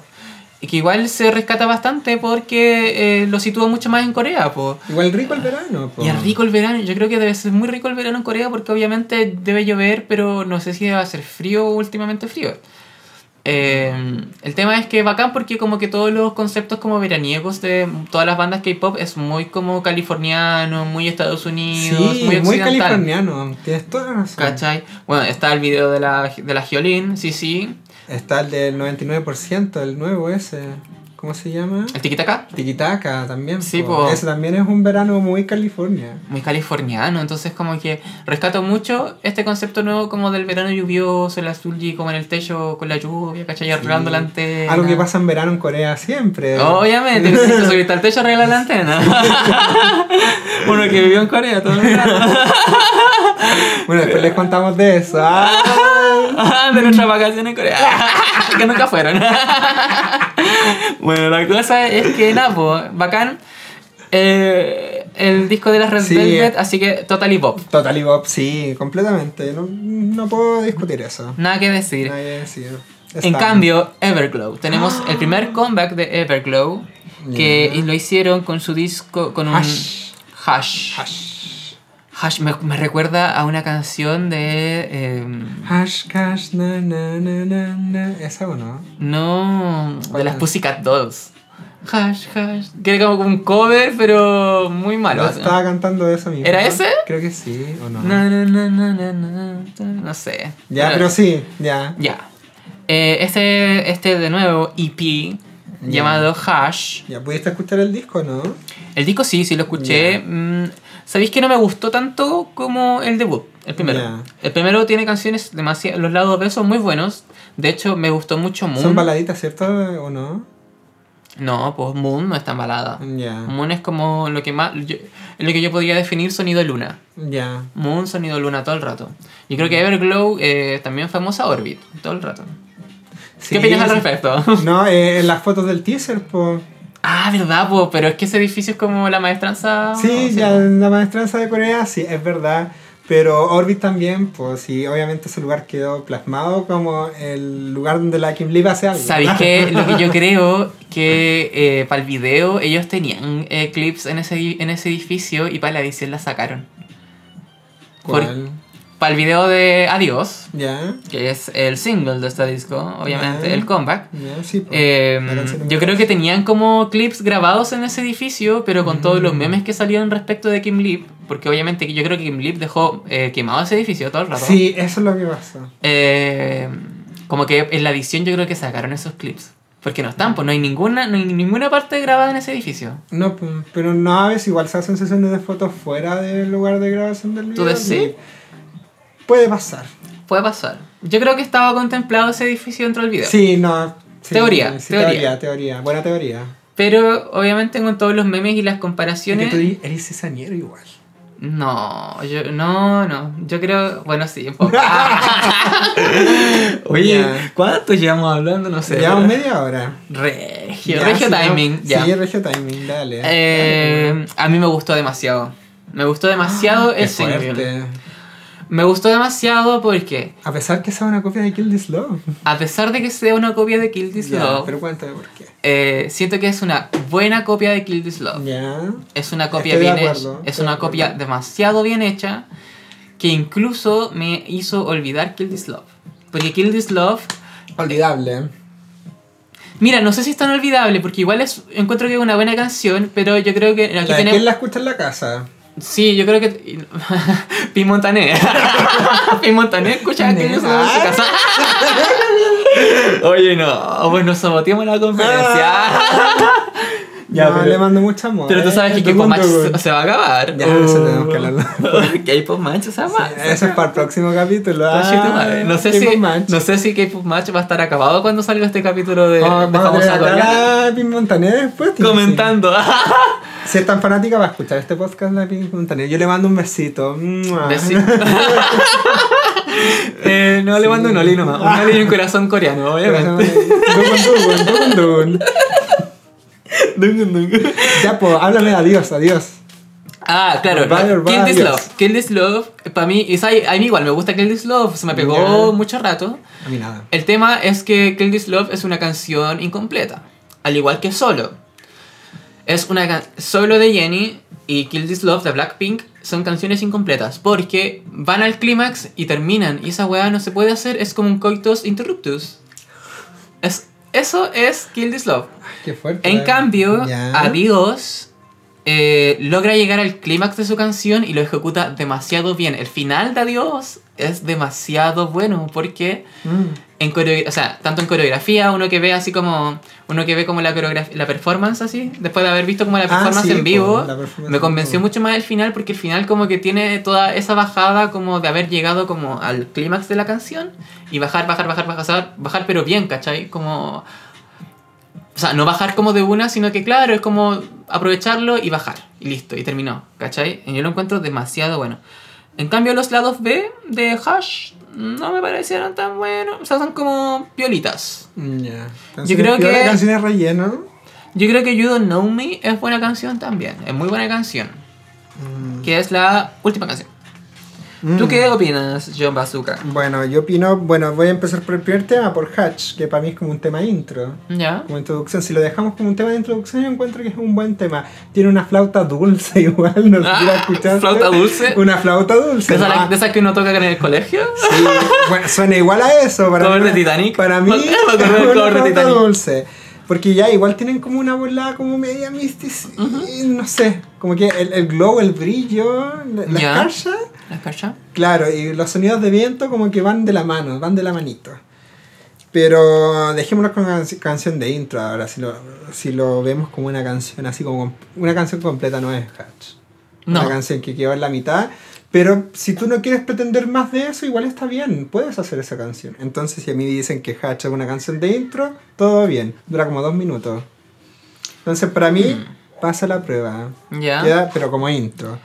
Speaker 2: Y que igual se rescata bastante porque eh, lo sitúa mucho más en Corea, po.
Speaker 3: Igual rico el verano, po.
Speaker 2: Y es rico el verano, yo creo que debe ser muy rico el verano en Corea porque obviamente debe llover, pero no sé si va a ser frío o últimamente frío. Eh, el tema es que bacán porque como que todos los conceptos como veraniegos de todas las bandas K-pop es muy como californiano, muy Estados Unidos,
Speaker 3: Sí,
Speaker 2: muy
Speaker 3: muy,
Speaker 2: occidental.
Speaker 3: californiano. Tienes toda la razón.
Speaker 2: ¿Cachai? Bueno, está el video de la, de la Jolín, sí, sí.
Speaker 3: Está el del 99%, el nuevo ese. ¿Cómo se llama?
Speaker 2: El tiquitaca,
Speaker 3: Tiquitaca también.
Speaker 2: Sí,
Speaker 3: po.
Speaker 2: po.
Speaker 3: Ese también es un verano muy California.
Speaker 2: muy californiano. Entonces, como que rescato mucho este concepto nuevo como del verano lluvioso, el azul y como en el techo con la lluvia, ¿cachai? Arreglando la antena.
Speaker 3: Algo que pasa en verano en Corea siempre.
Speaker 2: Obviamente, que si te subiste al techo, arregla la antena. Uno que vivió en Corea todo el rato.
Speaker 3: Bueno, después les contamos de eso. ¡Ah!
Speaker 2: de nuestras vacaciones en Corea. que nunca fueron. bueno, la cosa es que, nada, po, bacán. eh, el disco de las Red
Speaker 3: Sí.
Speaker 2: Velvet, así que Totally Pop.
Speaker 3: Totally Bob, sí, completamente. No, no puedo discutir eso.
Speaker 2: Nada que decir.
Speaker 3: Nadie decidió.
Speaker 2: En
Speaker 3: Está.
Speaker 2: cambio, Everglow. Tenemos el primer comeback de Everglow. Que y lo hicieron con su disco. Con un.
Speaker 3: Hash.
Speaker 2: Hash.
Speaker 3: Hash.
Speaker 2: Hash, me, me recuerda a una canción de. em,
Speaker 3: Hash, cash, na, na, na, na, na. ¿Esa o no?
Speaker 2: no. De
Speaker 3: ¿Cuál
Speaker 2: las
Speaker 3: es?
Speaker 2: Pussycat Dolls. Hash, hash. Que era como un cover, pero muy malo.
Speaker 3: No estaba cantando eso mismo.
Speaker 2: ¿Era ese?
Speaker 3: Creo que sí, o no.
Speaker 2: Na, na, na, na, na, na, no sé.
Speaker 3: Ya, pero sí, ya.
Speaker 2: Ya. Eh, este, este de nuevo EP llamado Hash.
Speaker 3: ¿Ya pudiste escuchar el disco, no?
Speaker 2: El disco sí, sí lo escuché. Mm, Sabéis que no me gustó tanto como el debut, el primero.
Speaker 3: Ya.
Speaker 2: El primero tiene canciones demasiado. Los lados B son muy buenos. De hecho, me gustó mucho Moon.
Speaker 3: Son baladitas, ¿cierto? ¿O no?
Speaker 2: No, pues Moon no es tan balada.
Speaker 3: Ya.
Speaker 2: Moon es como lo que más. yo- lo que yo podría definir sonido luna.
Speaker 3: Ya.
Speaker 2: Moon, sonido luna todo el rato. Yo creo que
Speaker 3: Mm.
Speaker 2: Everglow eh, también famosa Orbit todo el rato.
Speaker 3: Sí,
Speaker 2: ¿Qué opinas al
Speaker 3: sí.
Speaker 2: respecto?
Speaker 3: No, eh, en las fotos del teaser, pues.
Speaker 2: ah, verdad, po, pero es que ese edificio es como la maestranza.
Speaker 3: Sí,
Speaker 2: Ah, ¿no?
Speaker 3: ya la maestranza de Corea, sí, es verdad. Pero Orbit también, pues sí, obviamente ese lugar quedó plasmado como el lugar donde la Kim Lee va a hacer algo.
Speaker 2: ¿Sabéis qué? Lo que yo creo que para el video ellos tenían eh, clips en ese, en ese edificio y para la edición la sacaron.
Speaker 3: ¿Cuál?
Speaker 2: para el video de Adiós,
Speaker 3: Ya.
Speaker 2: que es el single de este disco, obviamente,
Speaker 3: Ah.
Speaker 2: el comeback.
Speaker 3: Ya, sí. pues.
Speaker 2: Eh,
Speaker 3: La canción número
Speaker 2: yo creo que tenían como clips grabados en ese edificio, pero con todos
Speaker 3: Mm.
Speaker 2: los memes que salieron respecto de Kim Lip, porque obviamente yo creo que Kim Lip dejó eh, quemado ese edificio todo el rato.
Speaker 3: Sí, eso es lo que pasa.
Speaker 2: Eh, como que en la edición yo creo que sacaron esos clips. Porque no están, pues no hay ninguna, no hay ninguna parte grabada en ese edificio.
Speaker 3: No, pues, pero no a veces igual se hacen sesiones de fotos fuera del lugar de grabación del
Speaker 2: ¿Tú
Speaker 3: video.
Speaker 2: decís?
Speaker 3: y Puede pasar.
Speaker 2: Puede pasar. Yo creo que estaba contemplado ese edificio dentro del video.
Speaker 3: Sí, no. sí,
Speaker 2: Teoría,
Speaker 3: sí,
Speaker 2: teoría.
Speaker 3: teoría, teoría. Buena teoría.
Speaker 2: Pero obviamente con todos los memes y las comparaciones.
Speaker 3: Porque tú eres cesañero igual.
Speaker 2: No, yo no, no. Yo creo, bueno, sí, un poco.
Speaker 3: Ya.
Speaker 2: ¿cuánto llevamos hablando? No
Speaker 3: Llevamos media hora.
Speaker 2: Regio,
Speaker 3: Ya,
Speaker 2: regio
Speaker 3: sí,
Speaker 2: timing,
Speaker 3: no,
Speaker 2: ya.
Speaker 3: Sí, regio timing, dale.
Speaker 2: Eh, a mí me gustó demasiado. Me gustó demasiado
Speaker 3: Ah, Qué
Speaker 2: el single.
Speaker 3: fuerte.
Speaker 2: Me gustó demasiado porque,
Speaker 3: A pesar que sea una copia de Kill This Love.
Speaker 2: a pesar de que sea una copia de Kill This
Speaker 3: Ya,
Speaker 2: Love,
Speaker 3: Pero cuéntame por qué.
Speaker 2: eh, siento que es una buena copia de Kill This Love.
Speaker 3: Ya.
Speaker 2: Es una copia
Speaker 3: Estoy de
Speaker 2: bien hecha.
Speaker 3: acuerdo,
Speaker 2: Es
Speaker 3: estoy de
Speaker 2: una
Speaker 3: acuerdo.
Speaker 2: copia demasiado bien hecha que incluso me hizo olvidar Kill This Love. Porque Kill This Love,
Speaker 3: Olvidable.
Speaker 2: mira, no sé si es tan olvidable, porque igual es, encuentro que es una buena canción, pero yo creo que aquí
Speaker 3: La de
Speaker 2: tenemos.
Speaker 3: ¿Quién la escucha en la casa?
Speaker 2: Sí, yo creo que. Pi Montané. Pi Montané escucha que yo soy de su casa. Oye, no. Bueno, nos saboteamos la conferencia. Ya,
Speaker 3: no,
Speaker 2: pero-
Speaker 3: le mando mucho amor. ¿eh?
Speaker 2: Pero tú sabes que K-Pop Match se-
Speaker 3: Match.
Speaker 2: se va a acabar. Oh.
Speaker 3: Ya, eso tenemos que hablarlo.
Speaker 2: K-Pop Match se va
Speaker 3: Eso es para el próximo capítulo.
Speaker 2: Ah,
Speaker 3: ah,
Speaker 2: shit, madre. no, sé
Speaker 3: K-pop
Speaker 2: si,
Speaker 3: Match.
Speaker 2: no sé si K-Pop Match va a estar acabado cuando salga este capítulo de,
Speaker 3: Ah,
Speaker 2: de
Speaker 3: vamos a
Speaker 2: Famosa
Speaker 3: tener
Speaker 2: Coreana.
Speaker 3: acá a Pim Montaner después. tío,
Speaker 2: Comentando.
Speaker 3: sí. Si es tan fanática, va a escuchar este podcast de Pim Montaner. Yo le mando un besito. Mua.
Speaker 2: Besito. Eh, no, le mando un oli nomás. Un oli y un corazón coreano, obviamente.
Speaker 3: Dun, dun, dun, dun.
Speaker 2: Dun, dun, dun.
Speaker 3: Ya, pues, háblame. Adiós, adiós.
Speaker 2: Ah, claro.
Speaker 3: Urban,
Speaker 2: no,
Speaker 3: Urban,
Speaker 2: Kill This
Speaker 3: adiós.
Speaker 2: Love. Kill This Love, para mí, es, a mí igual me gusta Kill This Love, se me pegó
Speaker 3: Ya.
Speaker 2: mucho rato.
Speaker 3: A mí nada.
Speaker 2: El tema es que Kill This Love es una canción incompleta, al igual que Solo. Es una can- Solo de Jenny y Kill This Love de Blackpink son canciones incompletas porque van al clímax y terminan y esa weá no se puede hacer, es como un coitus interruptus. Es, eso es Kill This Love.
Speaker 3: Qué fuerte. eh.
Speaker 2: En cambio,
Speaker 3: Ya.
Speaker 2: Adiós eh, logra llegar al clímax de su canción y lo ejecuta demasiado bien. El final de Adiós es demasiado bueno porque
Speaker 3: Mm.
Speaker 2: en coreo- o sea, tanto en coreografía, uno que ve así como uno que ve como la coreografía, la performance así, después de haber visto como la
Speaker 3: Ah,
Speaker 2: performance
Speaker 3: sí,
Speaker 2: en vivo,
Speaker 3: po, la performance
Speaker 2: me
Speaker 3: en
Speaker 2: convenció
Speaker 3: vivo.
Speaker 2: mucho más el final porque el final como que tiene toda esa bajada como de haber llegado como al clímax de la canción y bajar, bajar, bajar, bajar, bajar, pero bien, ¿cachai? Como o sea, no bajar como de una, sino que claro, es como aprovecharlo y bajar. Y listo, y terminó, ¿cachai? Y yo lo encuentro demasiado bueno. En cambio, los lados B de Hash no me parecieron tan buenos. O sea, son como piolitas.
Speaker 3: Ya.
Speaker 2: Yo creo que-
Speaker 3: La canción es relleno.
Speaker 2: Yo creo que You Don't Know Me es buena canción también. Es muy buena canción.
Speaker 3: Mm.
Speaker 2: Que es la última canción. ¿Tú
Speaker 3: Mm.
Speaker 2: qué opinas, John Bazooka?
Speaker 3: Bueno, yo opino, bueno, voy a empezar por el primer tema, por Hatch, que para mí es como un tema intro,
Speaker 2: ¿Ya?
Speaker 3: como introducción. Si lo dejamos como un tema de introducción, yo encuentro que es un buen tema. Tiene una flauta dulce igual, no sé si la
Speaker 2: Ah,
Speaker 3: escuchaste.
Speaker 2: ¿flauta dulce?
Speaker 3: Una flauta dulce.
Speaker 2: ¿De esas
Speaker 3: ¿no?
Speaker 2: de esas que uno toca en el colegio?
Speaker 3: Sí, bueno, suena igual a eso. Para
Speaker 2: ¿Cover
Speaker 3: mí,
Speaker 2: de Titanic?
Speaker 3: Para mí,
Speaker 2: Me acordé del
Speaker 3: es una
Speaker 2: cover de
Speaker 3: flauta
Speaker 2: Titanic.
Speaker 3: dulce. Porque ya igual tienen como una volada como media mística, no sé, como que el, el glow, el brillo, la, la
Speaker 2: Ya.
Speaker 3: escarcha.
Speaker 2: ¿La escucha?
Speaker 3: Claro, y los sonidos de viento como que van de la mano, van de la manito. Pero dejémonos con una canción de intro ahora, si lo, si lo vemos como una canción así como una canción completa no es Hatch.
Speaker 2: No.
Speaker 3: Una canción que quedó en la mitad. Pero si tú no quieres pretender más de eso, igual está bien, puedes hacer esa canción. Entonces, si a mí dicen que Hatch es una canción de intro, todo bien, dura como dos minutos. Entonces, para mí, pasa la prueba.
Speaker 2: ¿Ya?
Speaker 3: Queda, pero como intro.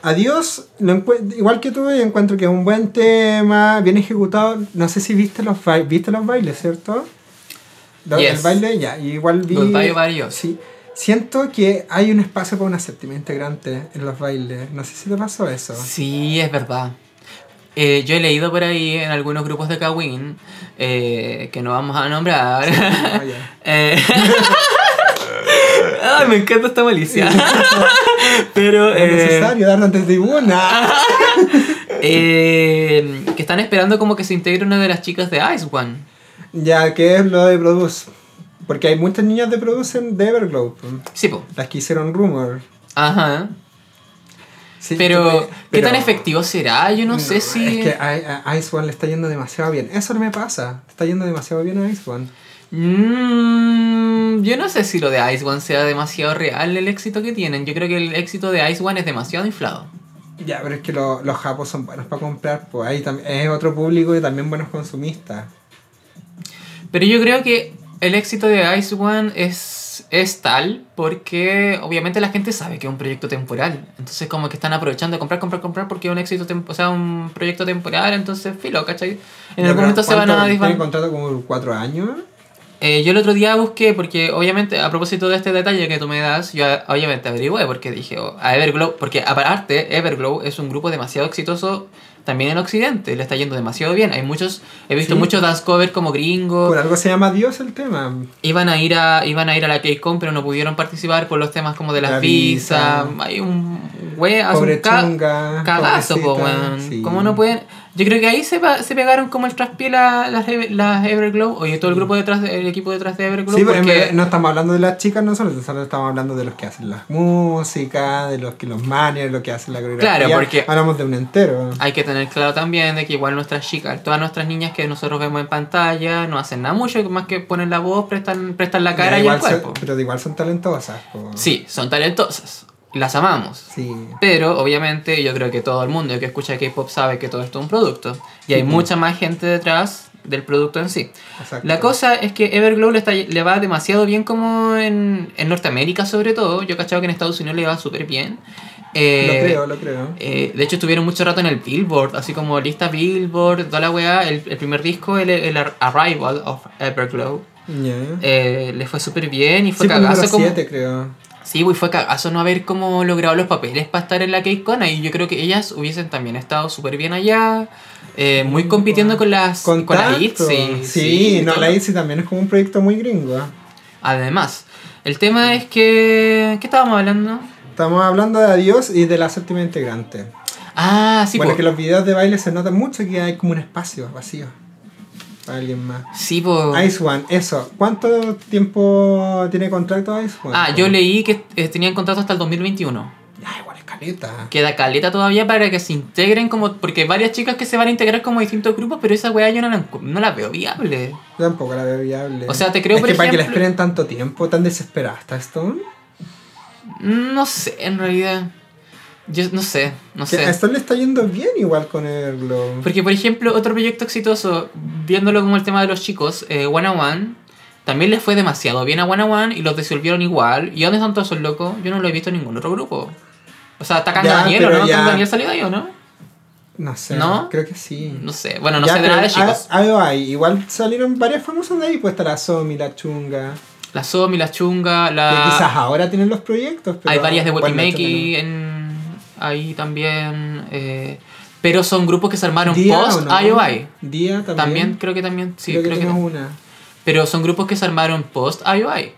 Speaker 3: Adiós, lo encue- igual que tú, yo encuentro que es un buen tema, bien ejecutado. No sé si viste los, ba- viste los bailes, ¿cierto? Lo-
Speaker 2: Yes.
Speaker 3: El baile, ya. y Igual vi.
Speaker 2: Los bailes varios.
Speaker 3: Sí. Siento que hay un espacio para una séptima integrante en los bailes. No sé si te pasó eso.
Speaker 2: Sí, es verdad. Eh, yo he leído por ahí en algunos grupos de Kawin, eh, que no vamos a nombrar.
Speaker 3: Ah, ya.
Speaker 2: Eh, Ay, me encanta esta malicia. Pero
Speaker 3: No es
Speaker 2: eh,
Speaker 3: necesario darlo antes de una.
Speaker 2: Eh, que están esperando como que se integre una de las chicas de Ice One.
Speaker 3: Ya, que es lo de Produce. Porque hay muchas niñas de Produce en de Everglow.
Speaker 2: Sí, po.
Speaker 3: Las que hicieron Rumor.
Speaker 2: Ajá.
Speaker 3: Sí, yo
Speaker 2: Pero,
Speaker 3: creo-
Speaker 2: ¿qué tan
Speaker 3: pero-
Speaker 2: efectivo será? Yo no, sé si.
Speaker 3: Es que a, a Ice One le está yendo demasiado bien. Eso no me pasa. Está yendo demasiado bien a Ice One.
Speaker 2: Mm, yo no sé si lo de Ice One sea demasiado real el éxito que tienen. Yo creo que el éxito de Ice One es demasiado inflado.
Speaker 3: Ya, pero es que lo- los japos son buenos para comprar. Pues ahí tam- es otro público y también buenos consumistas.
Speaker 2: Pero yo creo que el éxito de Ice One es, es tal porque obviamente la gente sabe que es un proyecto temporal. Entonces como que están aprovechando de comprar, comprar, comprar porque es un éxito, tem- o sea, un proyecto temporal. Entonces, filo, ¿cachai? En
Speaker 3: Ya,
Speaker 2: algún
Speaker 3: pero
Speaker 2: momento se van
Speaker 3: ¿cuánto?
Speaker 2: a
Speaker 3: Tienen
Speaker 2: desbandar.
Speaker 3: contrato como cuatro años.
Speaker 2: Eh, yo el otro día busqué, porque obviamente, a propósito de este detalle que tú me das, yo a- obviamente averigüé, porque dije, oh, a Everglow, porque aparte, Everglow es un grupo demasiado exitoso también en Occidente, le está yendo demasiado bien. Hay muchos, he visto
Speaker 3: Sí.
Speaker 2: muchos dance cover como gringos,
Speaker 3: Por algo se llama Dios el tema.
Speaker 2: iban a ir a iban a ir a la KCON, pero no pudieron participar por los temas como de las
Speaker 3: La visa.
Speaker 2: visas. Hay un güey, hace
Speaker 3: Pobre
Speaker 2: un ca-
Speaker 3: chunga.
Speaker 2: cagazo, po,
Speaker 3: pobrecita,
Speaker 2: weón.
Speaker 3: sí.
Speaker 2: ¿Cómo no pueden? Yo creo que ahí se, pa- se pegaron como el traspié la- las Ever- las Everglow, oye, todo el grupo detrás, de- el equipo detrás de Everglow,
Speaker 3: Sí, pero en
Speaker 2: porque
Speaker 3: verdad no estamos hablando de las chicas nosotros, solo estamos hablando de los que hacen las músicas, de los que los manejan, de los que hacen la coreografía.
Speaker 2: Claro, porque-
Speaker 3: Hablamos de un entero.
Speaker 2: hay que tener claro también de que igual nuestras chicas, todas nuestras niñas que nosotros vemos en pantalla, no hacen nada mucho, más que ponen la voz, prestan, prestan la cara
Speaker 3: Ya,
Speaker 2: y el
Speaker 3: igual son-
Speaker 2: cuerpo.
Speaker 3: pero igual son talentosas. po.
Speaker 2: Sí, son talentosas, las amamos.
Speaker 3: Sí.
Speaker 2: Pero obviamente yo creo que todo el mundo que escucha K-Pop sabe que todo esto es un producto. Y hay mucha más gente detrás del producto en sí.
Speaker 3: pues. exacto.
Speaker 2: La cosa es que Everglow le, está- le va demasiado bien como en, en Norteamérica sobre todo. Yo he cachado que en Estados Unidos le va súper bien.
Speaker 3: Lo
Speaker 2: Eh,
Speaker 3: creo, lo creo.
Speaker 2: eh, de hecho estuvieron mucho rato en el Billboard, así como lista Billboard, toda la weá. El, el primer disco, el, el Ar- Arrival of Everglow,
Speaker 3: Ya.
Speaker 2: eh, le fue súper bien y fue
Speaker 3: Sí, fue número
Speaker 2: cagazo como...
Speaker 3: siete, creo.
Speaker 2: Sí, güey, fue cagazo no haber como logrado los papeles para estar en la KCON. Y yo creo que ellas hubiesen también estado súper bien allá. eh, muy compitiendo con las con la
Speaker 3: Contacto.
Speaker 2: ITZY.
Speaker 3: Sí, no,
Speaker 2: todo.
Speaker 3: la ITZY también es como un proyecto muy gringo.
Speaker 2: Además, el tema es que. ¿Qué estábamos hablando?
Speaker 3: Estamos hablando de Adiós y de la séptima integrante.
Speaker 2: Ah, sí,
Speaker 3: bueno,
Speaker 2: po.
Speaker 3: que los videos de baile se notan mucho que hay como un espacio vacío para alguien más.
Speaker 2: Sí, pues. po.
Speaker 3: Ice One, eso. ¿Cuánto tiempo tiene contrato Ice One?
Speaker 2: Ah, yo leí que eh, tenían contrato hasta el 2021.
Speaker 3: Ah, igual es caleta.
Speaker 2: Queda caleta todavía para que se integren como. Porque hay varias chicas que se van a integrar como distintos grupos, pero esa weá yo no la, no la veo viable.
Speaker 3: Yo tampoco la veo viable.
Speaker 2: O sea, te creo,
Speaker 3: es
Speaker 2: por
Speaker 3: que para que la
Speaker 2: ejemplo-
Speaker 3: esperen tanto tiempo, tan desesperada está Stone.
Speaker 2: No sé, en realidad. Yo no sé, no
Speaker 3: Que
Speaker 2: sé.
Speaker 3: a Stone le está yendo bien igual con el Glow.
Speaker 2: Porque, por ejemplo, otro proyecto exitoso, viéndolo como el tema de los chicos, eh, One on One, también les fue demasiado bien a One on One y los disolvieron igual. ¿Y dónde están todos esos locos? Yo no lo he visto en ningún otro grupo. O sea, está Kang
Speaker 3: Ya,
Speaker 2: Daniel, ¿o
Speaker 3: pero
Speaker 2: no?
Speaker 3: ya.
Speaker 2: ¿Kang Daniel salió de ahí o no?
Speaker 3: No sé.
Speaker 2: ¿No?
Speaker 3: Creo que sí.
Speaker 2: No sé. Bueno, no
Speaker 3: Ya,
Speaker 2: sé de nada de
Speaker 3: pero
Speaker 2: chicos.
Speaker 3: a- IOI, igual salieron varias famosas de ahí, pues está la Somi, la Chunga.
Speaker 2: La Somi, la Chunga,
Speaker 3: que quizás
Speaker 2: la...
Speaker 3: ahora tienen los proyectos, pero.
Speaker 2: Ah. Hay varias de
Speaker 3: bueno,
Speaker 2: Wakimeki
Speaker 3: Chunga
Speaker 2: en... ahí también. eh, Pero son grupos que se
Speaker 3: no.
Speaker 2: armaron
Speaker 3: Día, ¿o
Speaker 2: post
Speaker 3: no?
Speaker 2: IOI.
Speaker 3: Día también.
Speaker 2: También, creo que también, sí,
Speaker 3: creo, que
Speaker 2: creo
Speaker 3: tenemos
Speaker 2: que
Speaker 3: una.
Speaker 2: Pero son grupos que se armaron post IOI.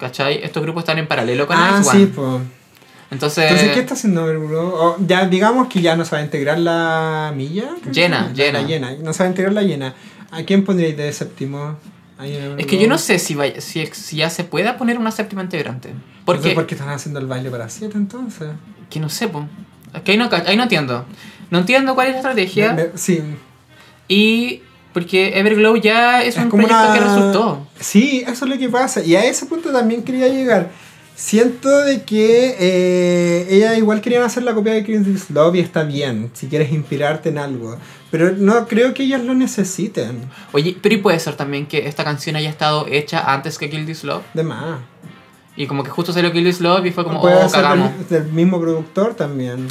Speaker 2: ¿Cachai? Estos grupos están en paralelo con
Speaker 3: ah,
Speaker 2: Ice
Speaker 3: sí,
Speaker 2: One.
Speaker 3: pues.
Speaker 2: Entonces,
Speaker 3: Entonces, ¿qué está haciendo Overblow? O, ya digamos que ya no se va a integrar la milla. creo que
Speaker 2: Llena,
Speaker 3: se
Speaker 2: llena.
Speaker 3: llama, La llena. No se va a integrar la llena. ¿A quién pondríais de séptimo? Ahí en
Speaker 2: es
Speaker 3: Overblow.
Speaker 2: que yo no sé si, vaya- si, ex- si ya se pueda poner una séptima integrante.
Speaker 3: Entonces,
Speaker 2: Porque,
Speaker 3: ¿Por qué están haciendo el baile para siete entonces?
Speaker 2: que no sé, po. Es que ahí no, ca- ahí no entiendo. No entiendo cuál es la estrategia.
Speaker 3: Me- me- sí.
Speaker 2: Y porque Everglow ya es, un proyecto que resultó.
Speaker 3: Sí, eso es lo que pasa. Y a ese punto también quería llegar. Siento de que eh, ella igual querían hacer la copia de Crazy Love y está bien, si quieres inspirarte en algo. Pero no creo que ellas lo necesiten.
Speaker 2: Oye, pero y puede ser también que esta canción haya estado hecha antes que Kill This Love.
Speaker 3: De más.
Speaker 2: Y como que justo salió Kill This Love y fue como,
Speaker 3: puede
Speaker 2: oh,
Speaker 3: ser
Speaker 2: cagamos.
Speaker 3: del, del mismo productor también.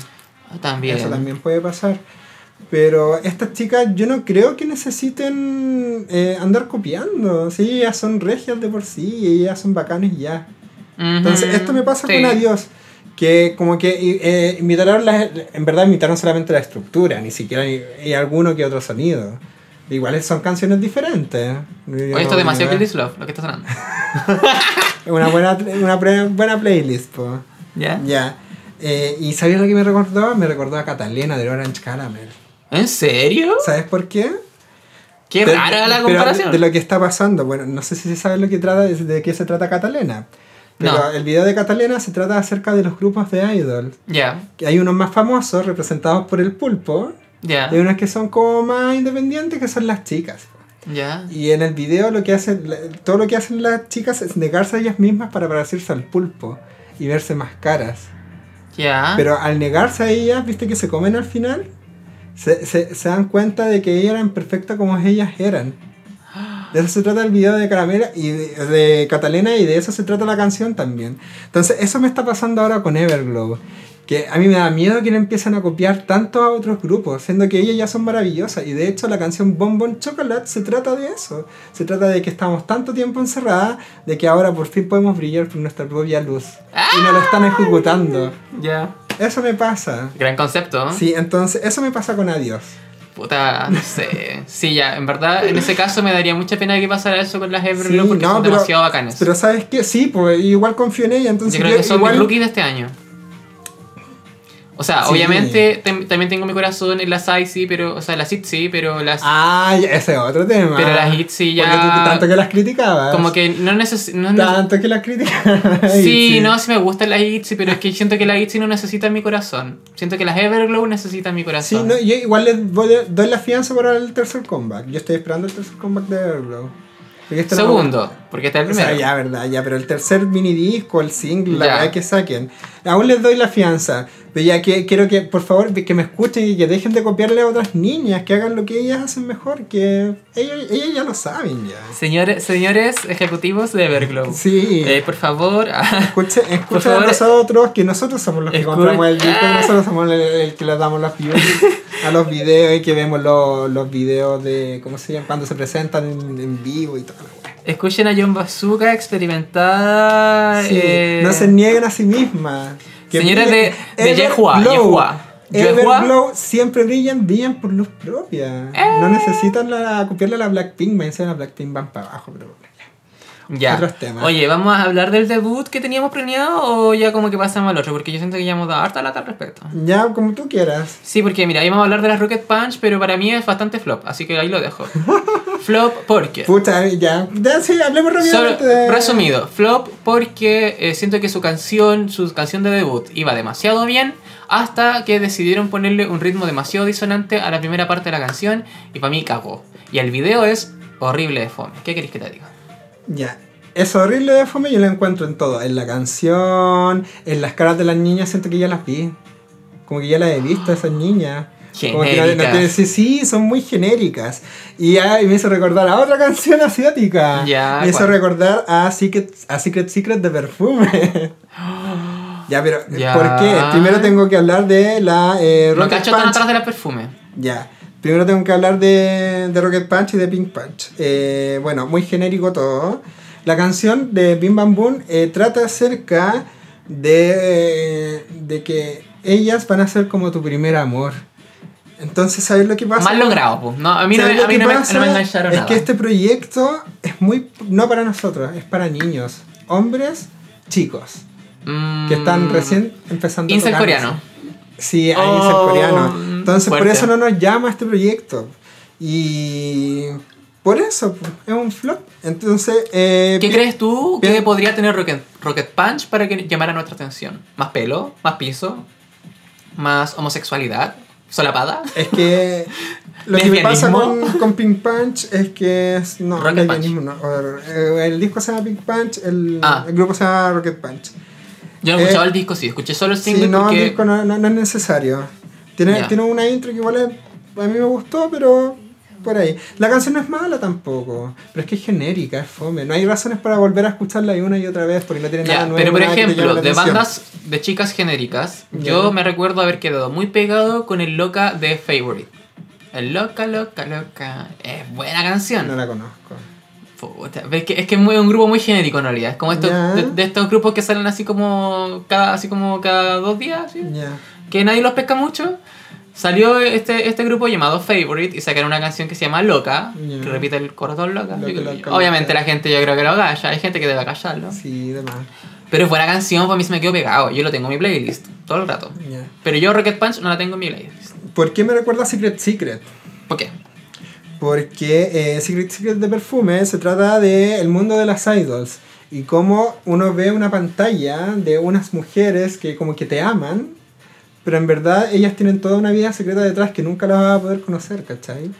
Speaker 2: Ah, También.
Speaker 3: Eso también puede pasar. Pero estas chicas yo no creo que necesiten eh, andar copiando. Sí, ellas son regias de por sí, y ellas son bacanes y ya.
Speaker 2: Ujú.
Speaker 3: Entonces esto me pasa
Speaker 2: Sí.
Speaker 3: con Adiós. Que como que eh, imitaron las- en verdad imitaron solamente la estructura, ni siquiera ni- y alguno que otro sonido. Igual son canciones diferentes.
Speaker 2: Oye, esto es demasiado Kill This Love, lo que está sonando.
Speaker 3: Una buena, una pre- buena playlist, po.
Speaker 2: ¿Ya?
Speaker 3: Ya. Eh, ¿Y sabías lo que me recordó? Me recordó a Catalina de Orange Caramel.
Speaker 2: ¿En serio?
Speaker 3: ¿Sabes por qué?
Speaker 2: Qué
Speaker 3: De-
Speaker 2: rara la
Speaker 3: pero
Speaker 2: comparación.
Speaker 3: De lo que está pasando. Bueno, no sé si se sabe lo que trata, de qué se trata Catalina. Pero
Speaker 2: No.
Speaker 3: el video de Catalina se trata acerca de los grupos de idol.
Speaker 2: Ya,
Speaker 3: Que hay unos más famosos representados por el pulpo.
Speaker 2: ya,
Speaker 3: Y hay unos que son como más independientes, que son las chicas.
Speaker 2: ya.
Speaker 3: Y en el video lo que hacen, la- todo lo que hacen las chicas es negarse a ellas mismas para parecerse al pulpo y verse más caras.
Speaker 2: Ya.
Speaker 3: Pero al negarse a ellas, viste que se comen al final, se, se- se dan cuenta de que ellas eran perfectas como ellas eran. De eso se trata el video de Caramela y de, de Catalina y de eso se trata la canción también. Entonces eso me está pasando ahora con Everglow. Que a mí me da miedo que le empiecen a copiar tanto a otros grupos, siendo que ellas ya son maravillosas. Y de hecho la canción Bon Bon Chocolate se trata de eso. Se trata de que estamos tanto tiempo encerradas, de que ahora por fin podemos brillar por nuestra propia luz. Y nos lo están ejecutando.
Speaker 2: Ya.
Speaker 3: Eso me pasa.
Speaker 2: Gran concepto.
Speaker 3: Sí, entonces, eso me pasa con adiós.
Speaker 2: Puta, no sé. Sí, ya, en verdad, en ese caso me daría mucha pena que pasara eso con las
Speaker 3: Sí,
Speaker 2: Everblue porque
Speaker 3: no,
Speaker 2: son
Speaker 3: pero-
Speaker 2: demasiado bacanes.
Speaker 3: Pero ¿sabes qué? Sí, pues igual confío en ella, entonces
Speaker 2: yo creo que son
Speaker 3: igual-
Speaker 2: mis rookies de este año. O sea,
Speaker 3: Sí.
Speaker 2: obviamente tem- también tengo mi corazón en las IC, pero, o sea, las ITZY, pero las.
Speaker 3: Ah, ya, ese es otro tema.
Speaker 2: Pero las ITZY ya-
Speaker 3: Porque tú tanto que las criticabas.
Speaker 2: como que no necesito.
Speaker 3: Tanto que las criticabas.
Speaker 2: sí, no, sí me gustan las ITZY, pero es que siento que las ITZY no necesitan mi corazón. Siento que las Everglow necesitan mi
Speaker 3: Sí,
Speaker 2: corazón.
Speaker 3: no, yo igual les voy a- doy la fianza para el tercer comeback. Yo estoy esperando el tercer comeback de Everglow. Porque este esto no-
Speaker 2: Segundo, porque está el
Speaker 3: O sea,
Speaker 2: primero.
Speaker 3: ya, verdad, ya, pero el tercer mini disco, el single, la
Speaker 2: Ya.
Speaker 3: verdad que saquen. Aún les doy la fianza, pero ya que quiero que, por favor, que me escuchen y que dejen de copiarle a otras niñas, que hagan lo que ellas hacen mejor, que ellas, ellas ya lo saben ya.
Speaker 2: Señores, señores ejecutivos de Everglow.
Speaker 3: Sí,
Speaker 2: Eh, por favor.
Speaker 3: escuchen, escuchen
Speaker 2: por
Speaker 3: a
Speaker 2: favor,
Speaker 3: nosotros, que nosotros somos los
Speaker 2: escu-
Speaker 3: que compramos el disco, y nosotros somos el, el que le damos las views a los videos y que vemos los- los videos de, ¿cómo se llama? Cuando se presentan en, en vivo y todo.
Speaker 2: Escuchen a John Bazooka, experimentada.
Speaker 3: Sí,
Speaker 2: eh,
Speaker 3: no se niegan a sí mismas.
Speaker 2: Señores
Speaker 3: brillen.
Speaker 2: de- de
Speaker 3: Everglow.
Speaker 2: Yehua, Yehua. Yehua.
Speaker 3: Everglow siempre brillan, brillan por luz propia.
Speaker 2: Eh.
Speaker 3: No necesitan la, copiarle a la Blackpink, váyanse a la Blackpink, van para abajo. Pero bueno, ya.
Speaker 2: ya.
Speaker 3: otros temas.
Speaker 2: Oye, ¿vamos a hablar del debut que teníamos planeado o ya como que pasamos al otro? Porque yo siento que ya hemos dado harta lata al respecto.
Speaker 3: ya, como tú quieras.
Speaker 2: Sí, porque mira, íbamos a hablar de las Rocket Punch, pero para mí es bastante flop, así que ahí lo dejo. flop porque.
Speaker 3: Puta, ya. ya sí, hablemos
Speaker 2: Solo-
Speaker 3: rápidamente de...
Speaker 2: resumido, flop porque eh, siento que su canción, su canción de debut iba demasiado bien hasta que decidieron ponerle un ritmo demasiado disonante a la primera parte de la canción y para mí cagó. Y el video es horrible de fome. ¿Qué queréis que te diga?
Speaker 3: Ya. Es horrible de fome, yo lo encuentro en todo. En la canción, en las caras de las niñas, siento que ya las vi. Como que ya las he visto, esas niñas. Como que no- no
Speaker 2: Genéricas.
Speaker 3: tiene- sí, sí, son muy genéricas. Y ay, me hizo recordar a otra canción asiática.
Speaker 2: Ya,
Speaker 3: me hizo
Speaker 2: ¿cuál?
Speaker 3: recordar a Secret, a Secret Secret de perfume. ya, pero
Speaker 2: Ya.
Speaker 3: ¿por qué? Primero tengo que hablar de la eh,
Speaker 2: No
Speaker 3: Rocket
Speaker 2: cacho tan
Speaker 3: Punch.
Speaker 2: atrás de la perfume.
Speaker 3: Ya. Primero tengo que hablar de, de Rocket Punch y de Pink Punch. Eh, bueno, muy genérico todo. La canción de Bim Bam Boom eh, trata acerca de, eh, de que ellas van a ser como tu primer amor. Entonces, ¿sabes lo que pasa?
Speaker 2: Mal logrado, po. No, a mí no,
Speaker 3: ¿Sabes
Speaker 2: me-
Speaker 3: lo
Speaker 2: a mí
Speaker 3: que
Speaker 2: no me,
Speaker 3: pasa?
Speaker 2: no me engancharon
Speaker 3: Es
Speaker 2: nada.
Speaker 3: que este proyecto es muy. no para nosotros, es para niños, hombres, chicos,
Speaker 2: Mm,
Speaker 3: que están recién empezando
Speaker 2: Incel
Speaker 3: a tocar.
Speaker 2: coreano.
Speaker 3: Sí, ahí
Speaker 2: Oh,
Speaker 3: es el coreano. Entonces,
Speaker 2: fuerte.
Speaker 3: por eso no nos llama este proyecto. Y por eso, pues, es un flop. Entonces, eh,
Speaker 2: ¿Qué
Speaker 3: pi-
Speaker 2: crees tú
Speaker 3: pi-
Speaker 2: que podría tener Rocket, Rocket Punch para que llamara nuestra atención? ¿Más pelo? ¿Más piso? ¿Más homosexualidad? ¿Solapada?
Speaker 3: es que lo que me pasa
Speaker 2: ¿Lesbianismo?
Speaker 3: con, con Pink Punch es que es- no,
Speaker 2: Rocket
Speaker 3: lesbianismo no. O- eh, el disco se llama Pink Punch, el,
Speaker 2: Ah.
Speaker 3: el grupo se llama Rocket Punch.
Speaker 2: Yo no
Speaker 3: Eh,
Speaker 2: escuchaba el disco, sí, escuché solo el
Speaker 3: Sí,
Speaker 2: single
Speaker 3: no,
Speaker 2: porque...
Speaker 3: disco no, no- no es necesario. Tiene,
Speaker 2: Ya.
Speaker 3: tiene una intro que igual es- a mí me gustó, pero por ahí. La canción no es mala tampoco, pero es que es genérica, es fome. No hay razones para volver a escucharla y una y otra vez porque no tiene
Speaker 2: Ya,
Speaker 3: nada nuevo.
Speaker 2: pero por
Speaker 3: nada que te llame
Speaker 2: ejemplo,
Speaker 3: la
Speaker 2: de
Speaker 3: atención.
Speaker 2: bandas de chicas genéricas,
Speaker 3: Ya.
Speaker 2: yo me recuerdo haber quedado muy pegado con el Loca de Favorite. El Loca, Loca, Loca. Es buena canción.
Speaker 3: No la conozco.
Speaker 2: Puta, pero es que es que es muy- un grupo muy genérico en realidad. Es como estos,
Speaker 3: Ya.
Speaker 2: de, de estos grupos que salen así como cada, así como cada dos días, ¿sí?
Speaker 3: Ya.
Speaker 2: que nadie los pesca mucho. Salió este, este grupo llamado Favorite y sacaron una canción que se llama Loca,
Speaker 3: Ya.
Speaker 2: que repite el corredor loca.
Speaker 3: Loca,
Speaker 2: Yo creo-
Speaker 3: loca,
Speaker 2: obviamente
Speaker 3: loca.
Speaker 2: la gente yo creo que lo calla, hay gente que debe callarlo.
Speaker 3: Sí, demás.
Speaker 2: Pero es buena canción, para mí se me quedó pegado. Yo lo tengo en mi playlist todo el rato.
Speaker 3: Ya.
Speaker 2: Pero yo Rocket Punch no la tengo en mi playlist.
Speaker 3: ¿Por qué me recuerda a Secret Secret?
Speaker 2: ¿Por qué?
Speaker 3: Porque eh, Secret Secret de perfume se trata de el mundo de las idols y cómo uno ve una pantalla de unas mujeres que como que te aman, pero en verdad ellas tienen toda una vida secreta detrás que nunca las vas a poder conocer, ¿cachai?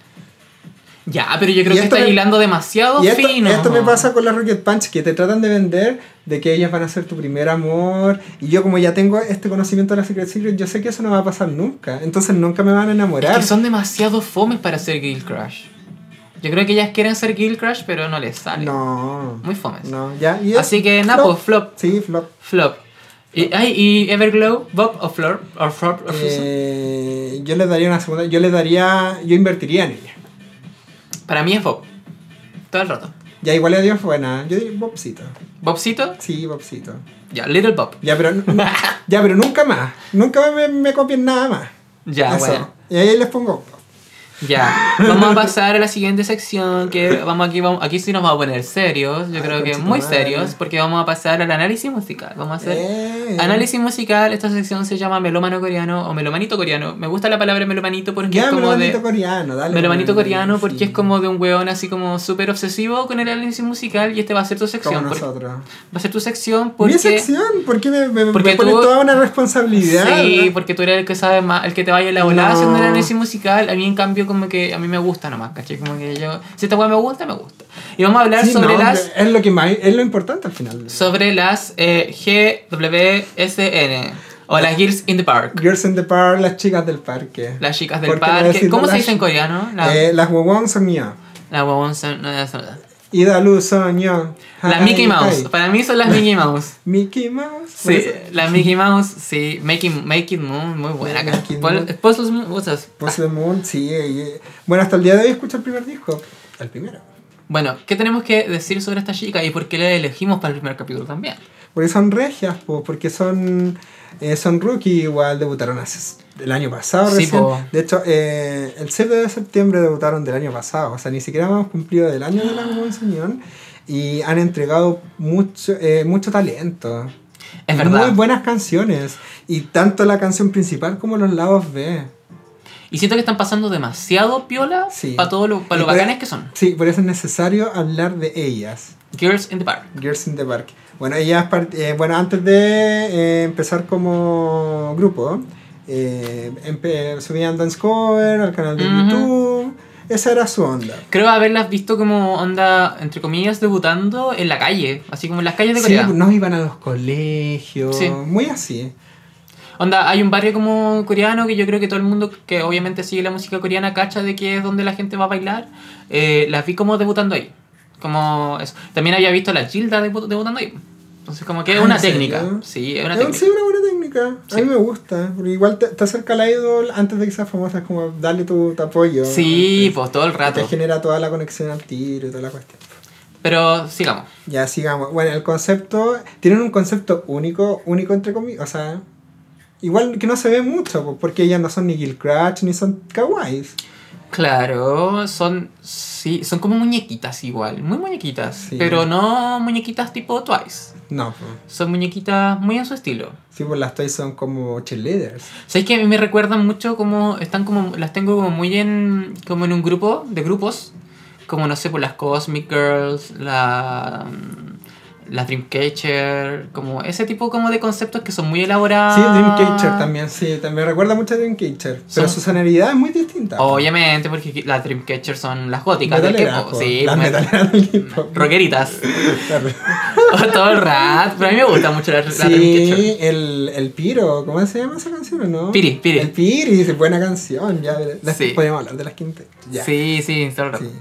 Speaker 2: Ya, pero yo creo
Speaker 3: Y
Speaker 2: que
Speaker 3: esto
Speaker 2: está
Speaker 3: me-
Speaker 2: hilando demasiado
Speaker 3: Y esto,
Speaker 2: Oh, fino.
Speaker 3: esto me pasa con las Rocket Punch, que te tratan de vender de que ellas van a ser tu primer amor. Y yo como ya tengo este conocimiento de las Secret Secret, yo sé que eso no va a pasar nunca. Entonces nunca me van a
Speaker 2: Es
Speaker 3: enamorar.
Speaker 2: que son demasiado fomes para ser Guild Crush. Yo creo que ellas quieren ser Guild Crush, pero no les sale.
Speaker 3: No.
Speaker 2: Muy fomes.
Speaker 3: No, ya. y es
Speaker 2: Así que, nada,
Speaker 3: flop.
Speaker 2: pues, flop.
Speaker 3: Sí, flop.
Speaker 2: Flop. Y, ay, y Everglow, Bob o Flor, o Flop, o Frozen.
Speaker 3: Eh, yo le daría una segunda, yo le daría, yo invertiría en ella.
Speaker 2: Para mí es Bob. Todo el rato.
Speaker 3: Ya igual a Dios buena, yo diría Bobcito.
Speaker 2: Bobcito,
Speaker 3: Sí, Bobcito.
Speaker 2: ya, Little Bob.
Speaker 3: Ya, pero, ya, pero nunca más. Nunca me, me copien nada más.
Speaker 2: Ya,
Speaker 3: Eso.
Speaker 2: bueno.
Speaker 3: Y ahí les pongo.
Speaker 2: Ya, vamos a pasar a la siguiente sección que vamos aquí vamos aquí sí nos vamos a poner serios, yo
Speaker 3: Ay,
Speaker 2: creo que
Speaker 3: conchita
Speaker 2: muy
Speaker 3: madre.
Speaker 2: serios porque vamos a pasar al análisis musical. Vamos a hacer
Speaker 3: Eh.
Speaker 2: análisis musical. Esta sección se llama melómano coreano o melomanito coreano. Me gusta la palabra melomanito porque es
Speaker 3: Ya,
Speaker 2: como
Speaker 3: melomanito
Speaker 2: de
Speaker 3: coreano, dale.
Speaker 2: melomanito coreano
Speaker 3: sí.
Speaker 2: porque es como de un weón así como súper obsesivo con el análisis musical y este va a ser tu
Speaker 3: Como
Speaker 2: sección. porque-
Speaker 3: nosotros.
Speaker 2: va a ser tu sección
Speaker 3: ¿Mi
Speaker 2: porque
Speaker 3: sección? ¿Por qué me, me,
Speaker 2: Porque
Speaker 3: me pones
Speaker 2: tú-
Speaker 3: toda una responsabilidad?
Speaker 2: Sí,
Speaker 3: ¿verdad?
Speaker 2: porque tú eres el que sabe más, el que te vaya a la volada
Speaker 3: No.
Speaker 2: haciendo el análisis musical. A mí, en cambio, como que a mí me gusta nomás, ¿cachai? Como que yo, si esta weá me gusta, me gusta. Y vamos a hablar
Speaker 3: Sí,
Speaker 2: sobre
Speaker 3: no,
Speaker 2: las
Speaker 3: Es lo, que más, es lo importante al final.
Speaker 2: sobre las eh, GWSN o las Girls in the Park,
Speaker 3: Girls in the Park, las chicas del parque.
Speaker 2: las chicas
Speaker 3: ¿Por
Speaker 2: del
Speaker 3: qué no
Speaker 2: parque.
Speaker 3: decirlo
Speaker 2: ¿Cómo se
Speaker 3: las-
Speaker 2: dice en coreano? La,
Speaker 3: Eh, las Wowon son mías.
Speaker 2: la huevón son- no, no, no, no.
Speaker 3: Ida Luz son yo.
Speaker 2: Las
Speaker 3: Hi,
Speaker 2: Mickey Mouse.
Speaker 3: hi.
Speaker 2: Para mí son las Mickey Mouse.
Speaker 3: Mickey Mouse. Pues, ¿por
Speaker 2: Sí,
Speaker 3: eso?
Speaker 2: las Mickey Mouse, sí. Make it, make it Moon, muy buena.
Speaker 3: Make It
Speaker 2: Pon-
Speaker 3: Moon.
Speaker 2: pon sus- cosas.
Speaker 3: Pues the Moon, sí. eh, Bueno, hasta el día de hoy escucho el primer disco. El primero.
Speaker 2: Bueno, ¿qué tenemos que decir sobre esta chica y por qué la elegimos para el primer capítulo también?
Speaker 3: Porque son regias, po, porque son, eh, son rookie, igual debutaron hace, el año pasado
Speaker 2: Sí,
Speaker 3: recién.
Speaker 2: po.
Speaker 3: De hecho, eh, el 7 de septiembre debutaron del año pasado, o sea, ni siquiera hemos cumplido del año de
Speaker 2: Ah.
Speaker 3: la Wong Señor y han entregado mucho, eh, mucho talento.
Speaker 2: Es
Speaker 3: Muy
Speaker 2: verdad.
Speaker 3: buenas canciones, y tanto la canción principal como los lados B.
Speaker 2: Y siento que están pasando demasiado piola
Speaker 3: Sí.
Speaker 2: para todo lo, pa'
Speaker 3: Y
Speaker 2: lo
Speaker 3: por- e-
Speaker 2: bacanes que son.
Speaker 3: Sí, por eso es necesario hablar de ellas.
Speaker 2: Girls in the Park.
Speaker 3: Girls in the Park. Bueno, ellas part- eh, bueno antes de eh, empezar como grupo, eh, empe- subían dance cover al canal de
Speaker 2: Ujú.
Speaker 3: YouTube. Esa era su onda.
Speaker 2: Creo haberlas visto como onda, entre comillas, debutando en la calle, así como en las calles de
Speaker 3: Sí, pues.
Speaker 2: Corea.
Speaker 3: no iban a los colegios,
Speaker 2: Sí.
Speaker 3: muy así.
Speaker 2: Onda, hay un barrio como coreano que yo creo que todo el mundo que obviamente sigue la música coreana cacha de que es donde la gente va a bailar. Eh, las vi como debutando ahí. Como eso. También había visto a la Gilda debu- debutando ahí. Entonces, como que es
Speaker 3: Ah,
Speaker 2: una
Speaker 3: ¿en serio?
Speaker 2: técnica. Sí, es una
Speaker 3: Eh,
Speaker 2: técnica.
Speaker 3: Sí, una buena técnica. A
Speaker 2: Sí.
Speaker 3: mí me gusta. Porque igual te, te acerca al idol antes de que seas famosa. Es como darle tu, tu apoyo.
Speaker 2: Sí, pues todo el
Speaker 3: Te
Speaker 2: rato.
Speaker 3: genera toda la conexión al tiro y toda la cuestión.
Speaker 2: Pero sigamos.
Speaker 3: Ya sigamos. Bueno, el concepto. Tienen un concepto único, único entre comillas. O sea, igual que no se ve mucho, po, porque ellas no son ni Gil Crash ni son Kawaiis.
Speaker 2: Claro, son sí, son como muñequitas igual, muy muñequitas,
Speaker 3: Sí.
Speaker 2: pero no muñequitas tipo Twice.
Speaker 3: No, po.
Speaker 2: Son muñequitas muy en su estilo.
Speaker 3: sí, pues las Toys son como cheerleaders.
Speaker 2: ¿Sabéis que me recuerdan mucho como están como las tengo como muy en como en un grupo de grupos, como no sé, por las Cosmic Girls, la mm, la Dreamcatcher, como ese tipo como de conceptos que son muy elaborados.
Speaker 3: Sí, Dreamcatcher también, sí, también recuerda mucho a Dreamcatcher. Pero
Speaker 2: Ah. Son- Oh,
Speaker 3: su sonoridad es muy distinta. po.
Speaker 2: Obviamente, porque las Dreamcatcher son las góticas del
Speaker 3: Metaleras,
Speaker 2: K-pop,
Speaker 3: po,
Speaker 2: sí,
Speaker 3: pues. las
Speaker 2: met-
Speaker 3: metaleras del K-pop.
Speaker 2: rockeritas. Todo el rato. Pero a mí me gusta mucho la, la Dreamcatcher.
Speaker 3: Sí, el, el Piro, ¿cómo se llama esa canción o no?
Speaker 2: Piri, Piri.
Speaker 3: El Piri, sí, buena canción. Ya, las-
Speaker 2: Sí.
Speaker 3: podemos hablar de las quintas. Ya.
Speaker 2: Sí, sí, todo el rato.
Speaker 3: sí.